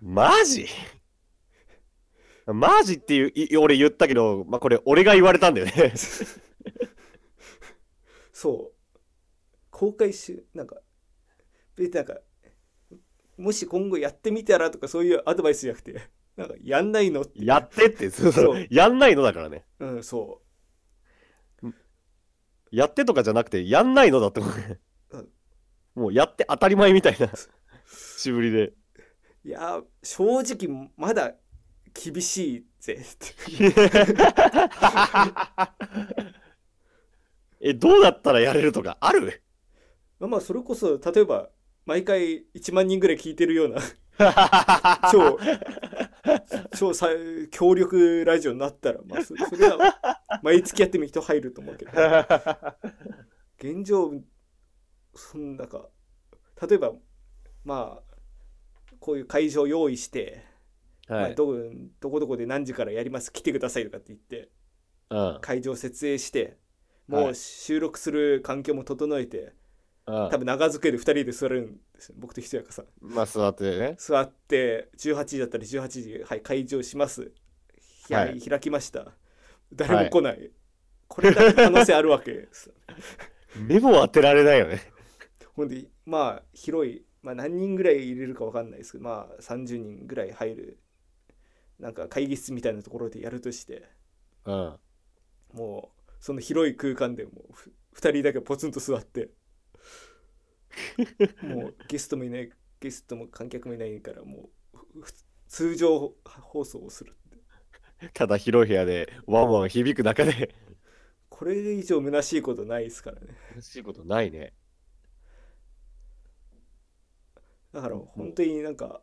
B: マジマジっていうい、俺言ったけど、まあ、これ俺が言われたんだよ ね。
A: そう。公開し、なんか、別になんか、もし今後やってみたらとかそういうアドバイスじゃなくて、 なんか、やんないのっていう。
B: やってって、そうそう
A: そう
B: やんないのだからね。
A: うん、そ
B: やってとかじゃなくて、やんないのだって思う
A: うん
B: もうやって当たり前みたいな、しぶり で。
A: う。いやー、正直、まだ、厳しいぜって。
B: え、どうだったらやれるとかあ る
A: まあ、それこそ、例えば、毎回1万人ぐらい聞いてるような、超超さ強力ラジオになったら、まあ、そそれは毎月やっても人入ると思うけど現状そんなか例えばまあこういう会場用意して、ま
B: は
A: あ
B: い。
A: どこどこどこで何時からやります来てくださいとかって言って
B: うん。
A: 会場設営しても
B: は
A: う
B: い
A: 収録する環境も整えて、
B: うん
A: 多分長机で2人で座るんですよ僕とひとやかさん
B: まあ、座ってね。
A: 座って18時だったら18時はい会場しますひ
B: はい
A: 開きました誰も来ない、これだけ可能性あるわけ です
B: 目も当てられないよね。
A: ほんでまあ広い、まあ、何人ぐらい入れるか分かんないですけどまあ30人ぐらい入るなんか会議室みたいなところでやるとして
B: うん。
A: もうその広い空間でもうふ2人だけポツンと座って もうゲストもいないゲストも観客もいないからもうふふ通常放送をする
B: ただ広い部屋でワンワン響く中で。
A: これ以上虚しいことないですからね
B: 嬉しいことないね。
A: だから
B: うん
A: 本当になんか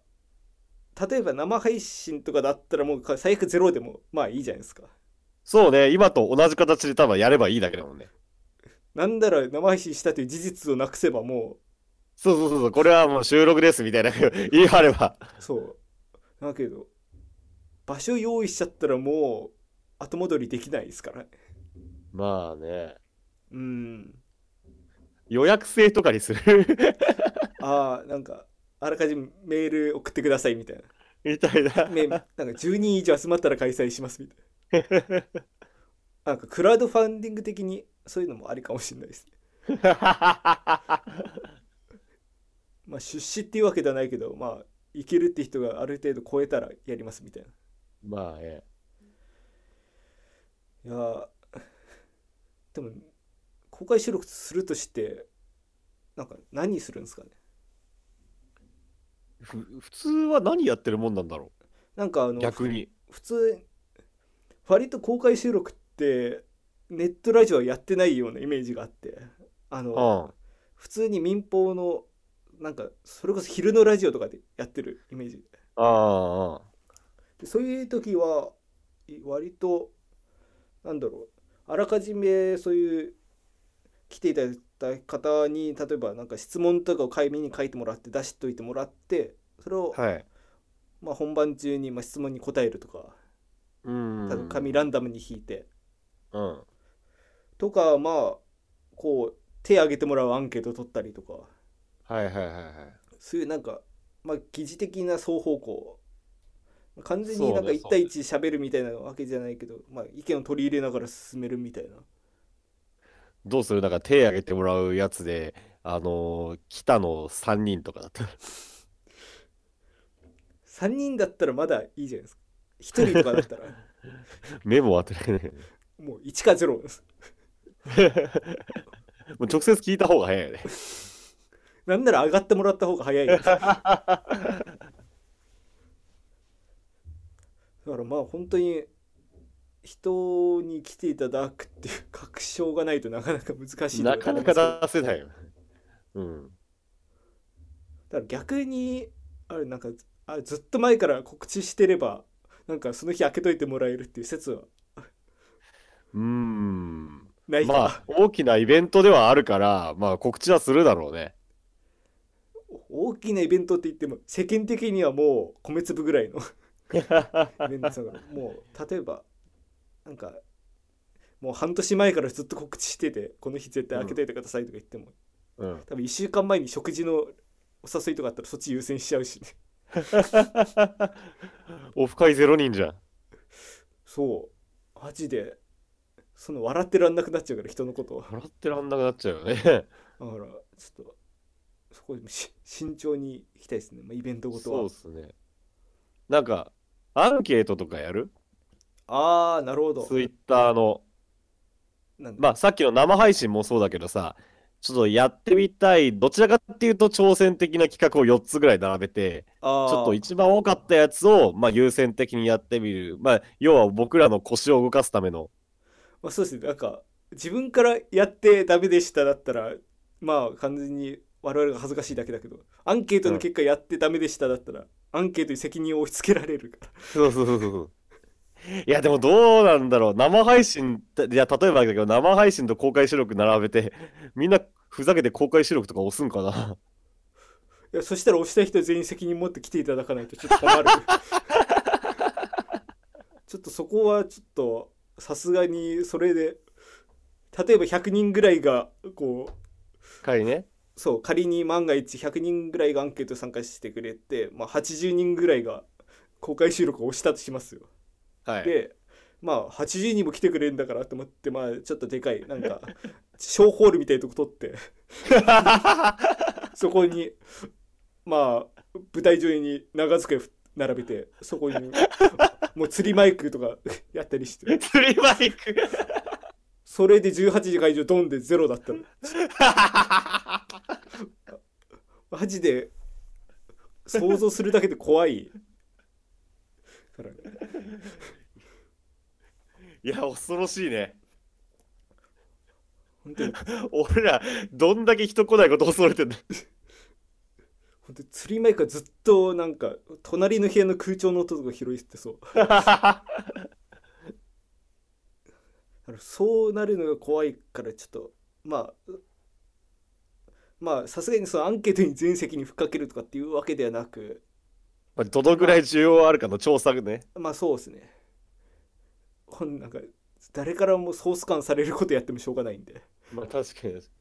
A: 例えば生配信とかだったらもうか最悪ゼロでもまあいいじゃないですか
B: そうね、今と同じ形で多分やればいいだけだもんね。
A: なんだら生配信したという事実をなくせばも
B: そうそうそうそう、これはもう収録ですみたいな言い張れば。
A: うそうだけど場所用意しちゃったらもう後戻りできないですからね
B: まあね、
A: うん
B: 予約制とかにする
A: ああなんかあらかじめメール送ってくださいみたいな
B: みたいな。
A: めなんか10人以上集まったら開催しますみたい ななんかクラウドファンディング的にそういうのもありかもしれないですねまあ出資っていうわけではないけどまあいけるって人がある程度超えたらやりますみたいな
B: まあね、
A: いやーでも公開収録するとしてなんか何するんですかね
B: ふ普通は何やってるもんなんだろ
A: なんかあの
B: う逆に。
A: ふ普通割と公開収録ってネットラジオはやってないようなイメージがあってあ
B: う
A: の
B: ん。あ
A: 普通に民放のなんかそれこそ昼のラジオとかでやってるイメージ
B: あ。
A: でそういう時はい割となんだろうあらかじめそういう来ていただいた方に例えばなんか質問とかを紙に書いてもらって出しといてもらってそれを、
B: はい。
A: まあ、本番中にまあ質問に答えるとか
B: うん
A: 多分紙ランダムに引いて
B: うん。
A: とかまあこう手挙げてもらうアンケート取ったりとか
B: はいはいはいはい。
A: そういうなんか、まあ、疑似的な双方向完全
B: そ
A: に
B: う
A: なんか
B: ね
A: 一対一喋るみたいなわけじゃないけど、まあ、意見を取り入れながら進めるみたいな
B: どうするなんか手挙げてもらうやつで、あのー、北の3人とかだった。
A: 3人だったらまだいいじゃないですか1人とかだっ たら
B: メモ当てられない。
A: もう1か0です
B: もう直接聞いた方が 早いよね。
A: なんなら上がってもらった方が 早いですだからまあ本当に人に来ていただくっていう確証がないとなかなか難しいとこ
B: な
A: ろ
B: か
A: だ
B: な
A: と思うんですけど
B: か出せないよ。う
A: だ
B: ん。
A: から逆にあれなんかあずっと前から告知してればなんかその日開けといてもらえるっていう説は
B: うーん。
A: ないか、
B: まあ、大きなイベントではあるから、まあ、告知はするだろうね。
A: 大きなイベントって言っても世間的にはもう米粒ぐらい のイベントだからもう例えばなんかもう半年前からずっと告知しててこの日絶対開けといてくださいとか言っても、
B: うん。
A: 多分1週間前に食事のお誘いとかあったらそっち優先しちゃうし、ね、
B: オフ会ゼロ人じゃん。
A: そうマジでその笑ってらんなくなっちゃうから人のことを。
B: 笑ってらんなくなっちゃうよね。
A: だから、ちょっと、そこし慎重に行きたいですね、まあ、イベントごと
B: そう
A: は
B: っ。すね。なんか、アンケートとかやる
A: ああ、なるほど。
B: ツイッターの。
A: なんか
B: まあ、さっきの生配信もそうだけどさ、ちょっとやってみたい、どちらかっていうと挑戦的な企画を4つぐらい並べて、
A: あー
B: ちょっと一番多かったやつを、まあ、優先的にやってみる。まあ、要は僕らの腰を動かすための。
A: まあ、そうですね、なんか、自分からやってダメでしただったら、まあ、完全に我々が恥ずかしいだけだけど、アンケートの結果やってダメでしただったら、アンケートに責任を押し付けられるから。
B: そうそうそうそう。いや、でもどうなんだろう。生配信、いや、例えばだけど、生配信と公開収録並べて、みんなふざけて公開収録とか押すんかな。
A: いやそしたら押したい人全員責任持って来ていただかないとちょっと困るちょっとそこはちょっとさすがにそれで例えば100人ぐらいがこう
C: 回ね。
A: そう仮に万が一100人ぐらいがアンケート参加してくれて、まあ、80人ぐらいが公開収録を押したとしますよ。
C: はい。
A: でまあ80人も来てくれるんだからと思ってまあちょっとでかいなんか 小ホールみたいなとこ 取ってそこにまあ舞台上に長机並べてそこにもう釣りマイクとか やったりして
B: 釣りバイク。
A: それで18時会場ドンでゼロ だったのマジで想像するだけで怖いからね
B: いや、恐ろしいね。
A: 本当に
B: 俺ら、どんだけ人来ないこと恐れてんだ。
A: 本当に釣りマイクがずっとなんか隣の部屋の空調の音とか拾いってそうあのそうなるのが怖いからちょっとまあまあさすがにそのアンケートに全責任ふっかけるとかっていうわけではなく
B: まあどのぐらい需要あるかの調査ね。
A: まあそうですねほんなんか誰からもソース感されることやってもしょうがないんで
C: まあ確かにです。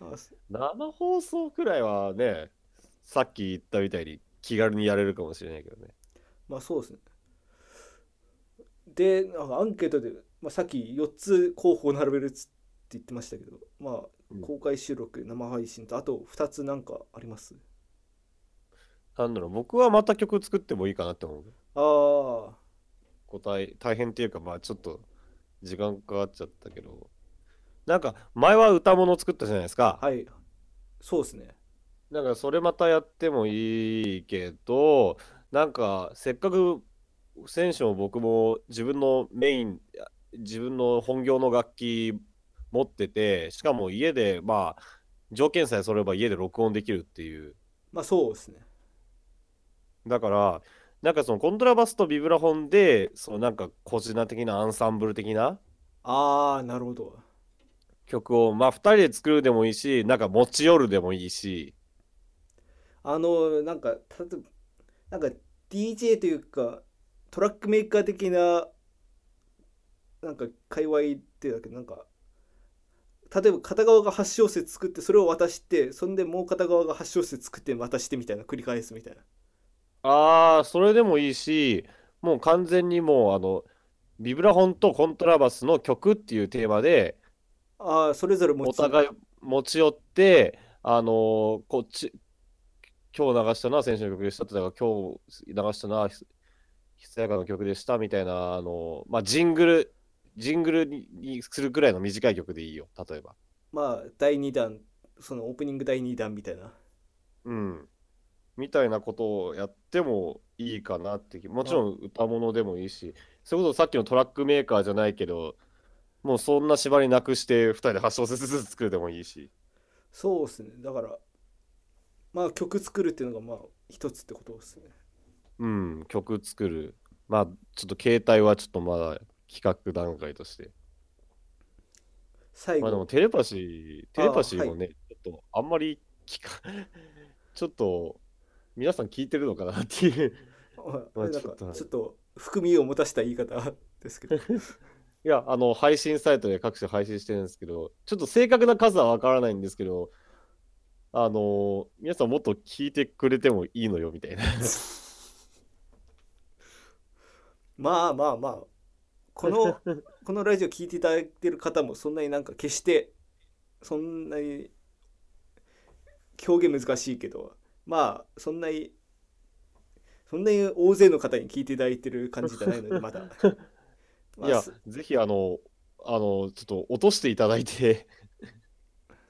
A: あそ
B: 生放送くらいはね、さっき言ったみたいに気軽にやれるかもしれないけどね。
A: まあそうですねでなんかアンケートで、まあ、さっき4つ候補を並べるっつって言ってましたけどま
C: う
A: あ
C: ん
A: 公開収録生配信とあと2つなんかあります
B: なんだろう、僕はまた曲作ってもいいかなって思う。
A: ああ
B: 答え大変っていうかまあちょっと時間かかっちゃったけどなんか前は歌物作ったじゃないですか、
A: はいそうですね
B: なんかそれまたやってもいいけどなんかせっかく選手も僕も自分のメイン自分の本業の楽器持っててしかも家でまあ条件さえ揃えば家で録音できるっていう
A: まあそうですね
B: だからなんかそのコントラバスとビブラフォンでそのなんか個人的なアンサンブル的な
A: ああなるほど
B: 曲を、まあ、2人で作るでもいいし、なんか持ち寄るでもいいし、
A: あのなんかたとなんか DJ というかトラックメーカー的ななんか界隈ってだけどなんか例えば片側が8小節作ってそれを渡してそんでもう片側が8小節作って渡してみたいな繰り返すみたいな
B: ああ、それでもいいし、もう完全にもう、あの、ビブラフォンとコントラバスの曲っていうテーマで、
A: ああそれぞれ持
B: お
A: ち
B: 互い持ち寄って、あのーこっち、今日流したのは選手の曲でしたとか、今日流したのはひひつやかの曲でしたみたいな、あのーまあ、ジングル、ジングルににするくらいの短い曲でいいよ、例えば。
A: まあ第2弾そのオープニング第2弾みたいな
B: うん。みたいなことをやってもいいかなって気、もちろん歌物でもいいし、それこそさっきのトラックメーカーじゃないけど、もうそんな縛りなくして2人で8小節ずつ作るでもいいし。
A: そうですねだからまあ曲作るっていうのがまあ一つってことですね
B: うん、曲作る。まあ、ちょっと携帯はちょっとまだ企画段階として。
A: 最
B: まあでも
A: 後
B: テレパシー、テレパシー
A: あー
B: もね、ちょっとあんまり聞か、 ちょっと皆さん聞いてるのかなっていう。
A: あ
B: ま
A: な
B: あ
A: ん
B: ちょ
A: か
B: っとはい
A: ちょっと含みを持たした言い方 ですけど
B: いや、あの、配信サイトで各種配信してるんですけど、ちょっと正確な数はわからないんですけど、あのー皆さんもっと聞いてくれてもいいのよ、みたいな。
A: まあまあまあこ のこのラジオ聞いていただいてる方もそんなになんか決してそんなに表現難しいけどまあそんなにそんなに大勢の方に聞いていただいてる感じじゃないのでま だまあ
B: いや
A: す、
B: ぜひ、あの、あの、ちょっと落としていただいて、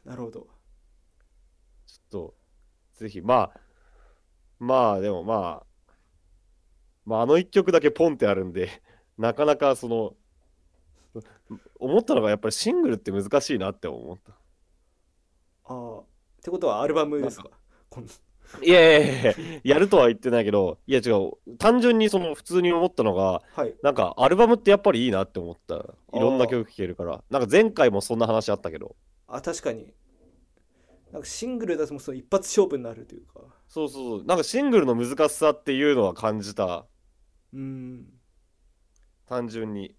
A: なるほど
B: ちょっと、ぜひ、まあ、まあ、でもまあ、まあ、あの一曲だけポンってあるんで、なかなかその、思ったのがやっぱりシングルって難しいなって思った。
A: ああってことはアルバムですかこん
B: いやいやいやいや、やるとは言ってないけど、いや違う、単純にその普通に思ったのが、
A: はい
B: なんかアルバムってやっぱりいいなって思った。いろんな曲聴けるから。なんか前回もそんな話あったけど、
A: あ確かになんかシングルだともうその一発勝負になるというか
B: そうそうそうなんかシングルの難しさっていうのは感じた
A: うん
B: 単純に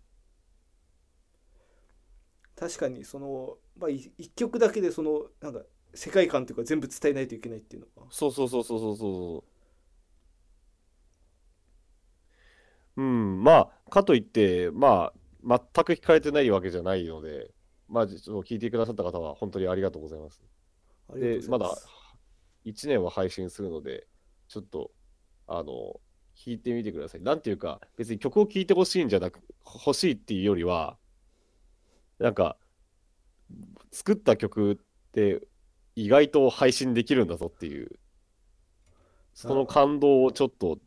A: 確かにその、まあ、い一曲だけでそのなんか世界観というか全部伝えないといけないっていうのは
B: そうそうそうそうそうそううんまあかといってまあ全く聞かれてないわけじゃないのでまあちょっと聞いてくださった方は本当にありがとうございます
A: ありがとうござい
B: で
A: ま
B: ます1年は配信するので、ちょっと、あの、弾いてみてください。なんていうか、別に曲を聴いてほしいんじゃなく、欲しいっていうよりは、なんか、作った曲って意外と配信できるんだぞっていう、その感動をちょっと、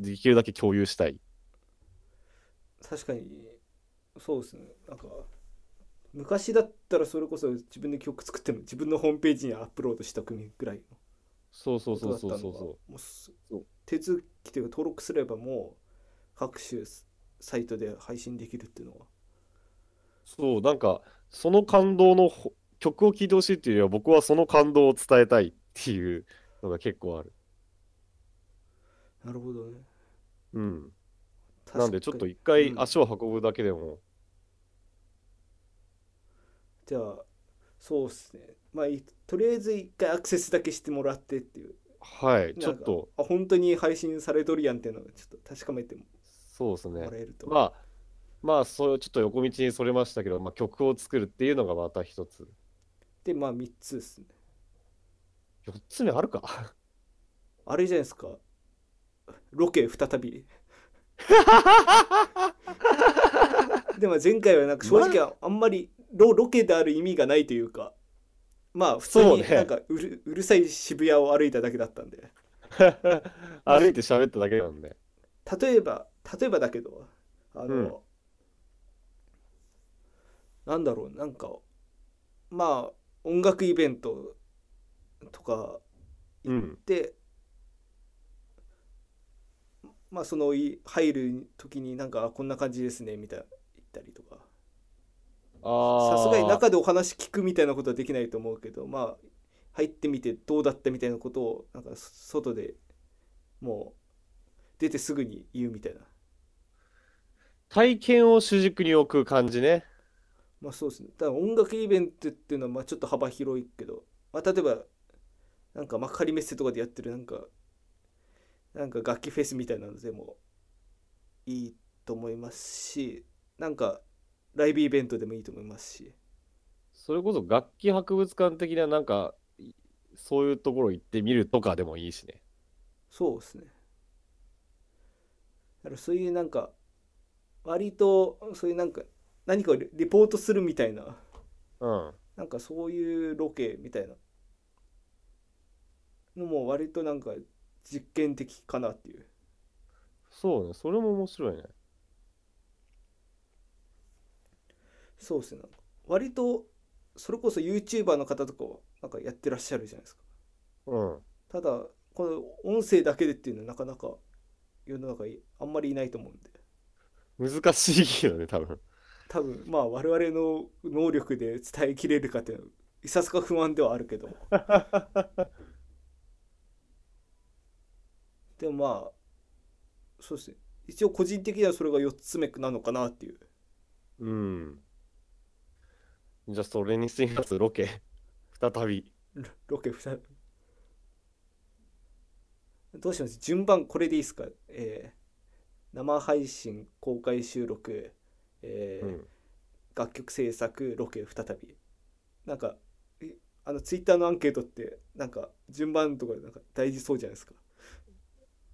B: できるだけ共有したい。
A: 確かにそうですねなんか昔だったらそれこそ自分で曲作っても自分のホームページにアップロードした組ぐらいの
B: そうそう
A: こと
B: そ
A: だ
B: う
A: った
B: そ
A: の
B: う
A: が
B: そう
A: も
B: そう
A: す
B: そう
A: 手続きというか登録すればもう各種サイトで配信できるっていうのは
B: そう、なんか、その感動のほ曲を聴いてほしいっていうよりは、僕はその感動を伝えたいっていうのが結構ある。
A: なるほどね
B: うん。
A: 確かに
B: なんで、ちょっと一回
A: うん
B: 足を運ぶだけでも、
A: じゃあそうっすねまあいとりあえず一回アクセスだけしてもらってっていう
B: はい、ちょっ
A: なん
B: と、
A: かあ本当に配信されとるやんっていうのをちょっと確かめても
B: そうですね
A: ら。えると、
B: まあ、まあ、そう、ちょっと横道にそれましたけど、まあ、曲を作るっていうのがまた一つ。
A: でまあ3つですね
B: 四つ目あるか
A: あれじゃないですかロケ再 びでも前回はなんか正直あんまりロロケである意味がないというかまあ普通
B: そう
A: に
B: ね
A: なんかうるうるさい渋谷を歩いただけだったんで
B: 歩いて喋っただけなんで。
A: 例えば例えばだけどあの、
B: うん
A: なんだろうなんかまあ音楽イベントとか行って、まあそのい入る時になんかあこんな感じですねみたいな言ったりとか
B: あ
A: さすがに
B: あ、
A: 中でお話聞くみたいなことはできないと思うけどまあ入ってみてどうだったみたいなことをなんかそ外でもう出てすぐに言うみたいな。
B: 体験を主軸に置く感じね。
A: まあそうですね。だから音楽イベントっていうのはまあちょっと幅広いけど、まあ、例えばなんか幕張メッセとかでやってるなんかなんか楽器フェスみたいなのでもいいと思いますし、なんかライブイベントでもいいと思いますし、
B: それこそ楽器博物館的な、なんか、いそういうところ行ってみるとかでもいいしね。
A: そうですね。だからそういうなんか割とそういうなんか何かをリリポートするみたいな、
B: うん。
A: なんかそういうロケみたいなのも割となんか実験的かなっていう
B: そうね、それも面白いね。
A: そうですねなんか割とそれこそ YouTuber の方とかはなんかやってらっしゃるじゃないですか
B: うん。
A: ただこの音声だけでっていうのはなかなか世の中いあんまりいないと思うんで
B: 難しいけどね、多分。
A: 多分まあ我々の能力で伝えきれるかっていうのはいささか不安ではあるけどでもまあそうですね一応個人的にはそれが4つ目なのかなっていう
B: うん。じゃあ、それにしてみます、ロケ。 再び。
A: ロロケ2どうします順番これでいいですかえー生配信公開収録えー
B: うん。
A: 楽曲制作ロケ再びなんかえあのツイッターのアンケートってなんか順番とかなんか大事そうじゃないですか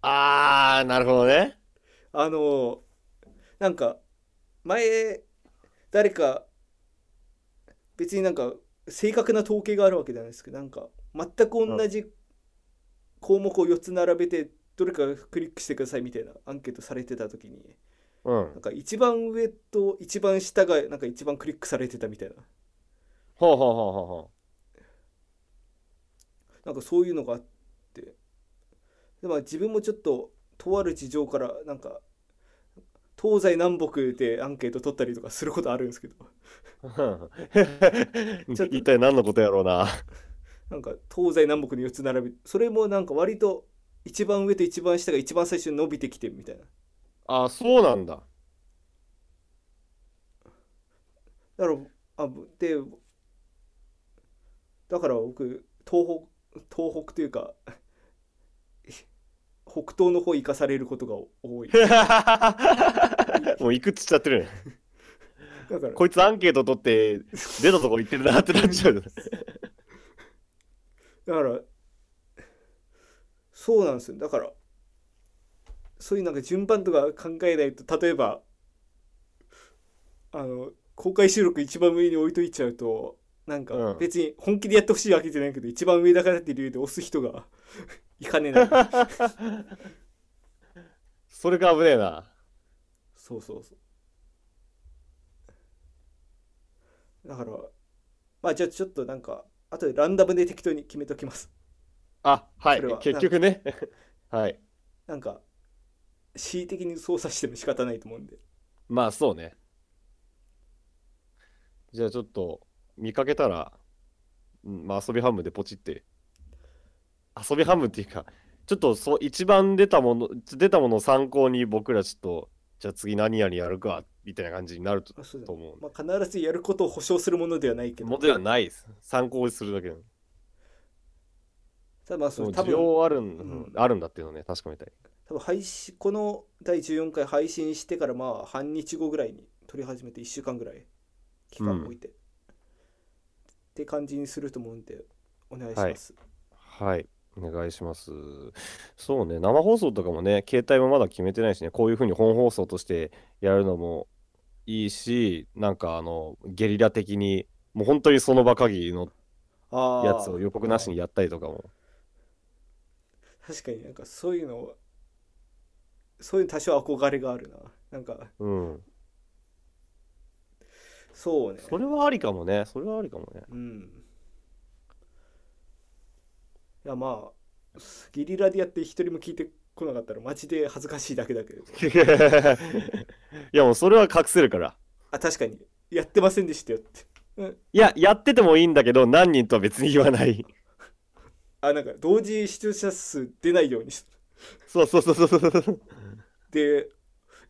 B: あー、なるほどね。
A: あのなんか前誰か別になんか正確な統計があるわけじゃないですけどなんか全く同じ項目を4つ並べてどれかクリックしてくださいみたいなアンケートされてた時に
B: う
A: なん
B: ん。
A: か一番上と一番下がなんか一番クリックされてたみたいな
B: ほうほうほうほうほ
A: なんかそういうのがあってで、まあ、自分もちょっととある事情からなんか東西南北でアンケート取ったりとかすることあるんですけどち
B: う。
A: ょっと
B: 一体何のことやろうな。
A: なんか東西南北に4つ並べそれもなんか割と一番上と一番下が一番最初に伸びてきてるみたいな
B: あ、そうなんだ。
A: だからあぶでだから僕東北東北というか北東の方行かされることが多い
B: もういくつしちゃってるね。
A: だから
B: こいつアンケート取って、出たとこ行ってるなってなっちゃう。
A: だからそうなんですよだからそういうなんか順番とか考えないと例えばあの公開収録一番上に置いといちゃうとなん
B: う
A: か
B: ん
A: 別に本気でやってほしいわけじゃないけど、一番上だからっていう理由で押す人が いかねえな
B: それが危ねえな。
A: そうそうそうだからまあじゃあちょっとなんかあとでランダムで適当に決めときます
B: あ、はい
A: それは。
B: 結局 ね。はい。
A: なんか恣意的に操作しても仕方ないと思うんで
B: まあ、そうね。じゃあ、ちょっと、見かけたら、うんまあ、遊びハムでポチって。遊びハムっていうか、ちょっとそう一番出たもの、出たものを参考に僕らちょっと、じゃあ次何々やるか、みたいな感じになると
A: あそうだ
B: と思う。
A: まあ、必ずやることを保証するものではないけ
B: も
A: ど、
B: のではないです。参考にするだけの。
A: ただまあそ
B: そ
A: の
B: う
A: 多
B: 需
A: 分
B: 要あるん、
A: ん
B: あるんだっていうのをね、確かめたい。
A: 多分配信この第14回配信してからまあ半日後ぐらいに撮り始めて1週間ぐらい期間を置いて、って感じにすると思うんでお願いします、
B: はい。お願いします。そうね、生放送とかもね、携帯もまだ決めてないしね、こういうふうに本放送としてやるのもいいし、なんかあの、ゲリラ的に、もう本当にその場限りの
A: ああ
B: やつを予告なしにやったりとかも。
A: 確かになんかそういうのそういうの多少憧れがあるななんか
B: うん。
A: そうね
B: それはありかもね、それはありかもね。
A: うんいやまあゲリラでやって一人も聞いてこなかったらマジで恥ずかしいだけだけど
B: いやもうそれは隠せるから。
A: あ確かにやってませんでしたよって
B: いや、やっててもいいんだけど、何人とは別に言わない。
A: あなんか同時視聴者数出ないようにし
B: そうそうそうそうそう。
A: で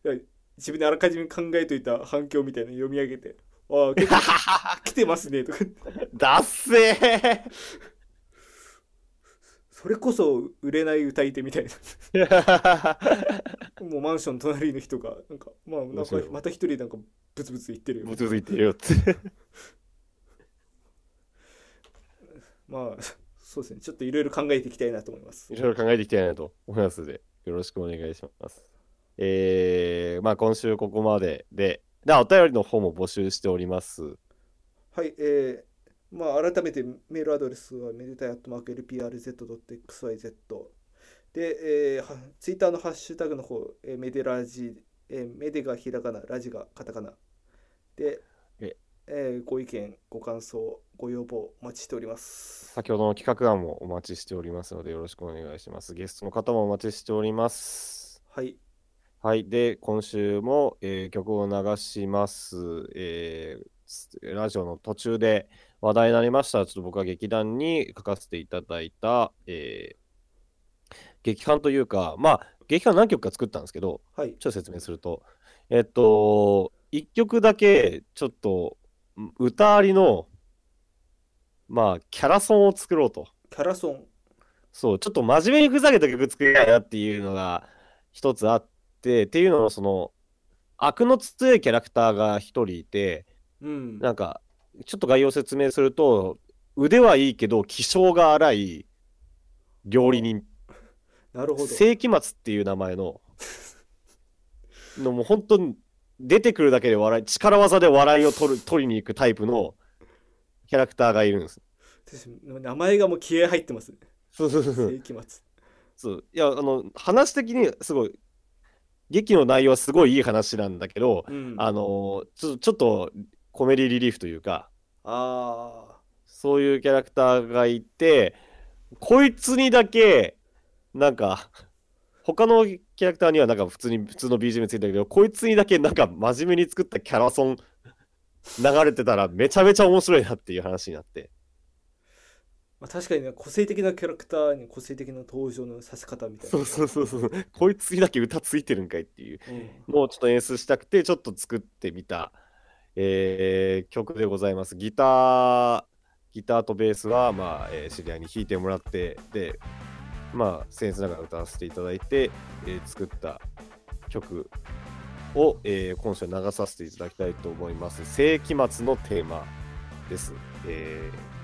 A: いや自分であらかじめ考えといた反響みたいなの読み上げて「ああ結 構来てますね」とか
B: だっせー
A: それこそ売れない歌い手みたいなもうマンション隣の人がなんかまあなん
B: 面
A: か
B: 白い
A: また一人なんかブツブツ言ってるよ
B: もう続いてるよって。
A: まあ そうですねちょっといろいろ考えていきたいなと思います
B: いろいろ考えていきたいなと思いますので、よろしくお願いします。えー、まあ今週ここまでで、なお便りの方も募集しております。
A: はい、えー、まあ改めてメールアドレスはめでたい @lprz.xyz で、えーは、ツイッターのハッシュタグの方、えー、メデラジ、えー、メデがひらがな、ラジがカタカナで、
B: え
A: えーご意見、ご感想、ご要望お待ちしております。
B: 先ほどの企画案もお待ちしておりますので、よろしくお願いします。ゲストの方もお待ちしております。
A: はい、
B: はい。で、今週も、えー曲を流します。えーすラジオの途中で話題になりました。ちょっと僕は劇団に書かせていただいた、えー劇版というか、まあ、劇版何曲か作ったんですけど、
A: はい、
B: ちょっと説明すると、えっと、一曲だけ、ちょっと、ん歌ありの、まあ、キャラソンを作ろうと。
A: キャラソン、
B: そう、ちょっと真面目にふざけた曲作りたいなっていうのが一つあって、っていうのも、その、悪の強いキャラクターが一人いて、
A: うん、
B: なんか、ちょっと概要説明すると、腕はいいけど、気性が荒い料理人
A: なるほど。
B: 世紀末っていう名前ののもう本当に出てくるだけで笑い力技で笑いを取る取りに行くタイプのキャラクターがいるんです。
A: 名前がもう気合入ってますね。
B: そうそうそうそう
A: 世紀末。
B: そういやあの話的にすごい劇の内容はすごいいい話なんだけど、
A: うん、
B: あ
A: あ
B: のちょちょっとコメディリリーフというか
A: あ
B: そういうキャラクターがいてこいつにだけなんか他のキャラクターにはなんか普通に普通の BGM ついてるけどこいつにだけなんか真面目に作ったキャラソン 流れてたらめちゃめちゃ面白いなっていう話になって
A: ーまあ、確かにね個性的なキャラクターに個性的な登場のさせ方みたい
B: そうそうそうそう。 こいつにだけ歌ついてるんかいっていう
A: な、うん
B: のをちょっと演出したくて、ちょっと作ってみた、えー曲でございます。ギター、ギターとベースは、まあ、えー知り合いに弾いてもらって、で、まあ、僭越ながら歌わせていただいて、えー作った曲を、えー今週流させていただきたいと思います。世紀末のテーマです。えー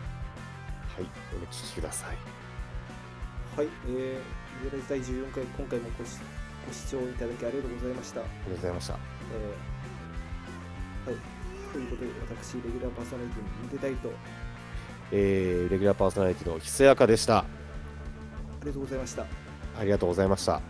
B: はい、お聴きください。
A: はいえー、イエラジ第14回今回もごしご視聴いただきありがとうございました、え
B: ありがとうございました。
A: ーはいということで私レギュラーパーソナリティのインデタイトあ
B: えーレギュラーパーソナリティのひそやかでした。
A: りがとうございました
B: ありがとうございました。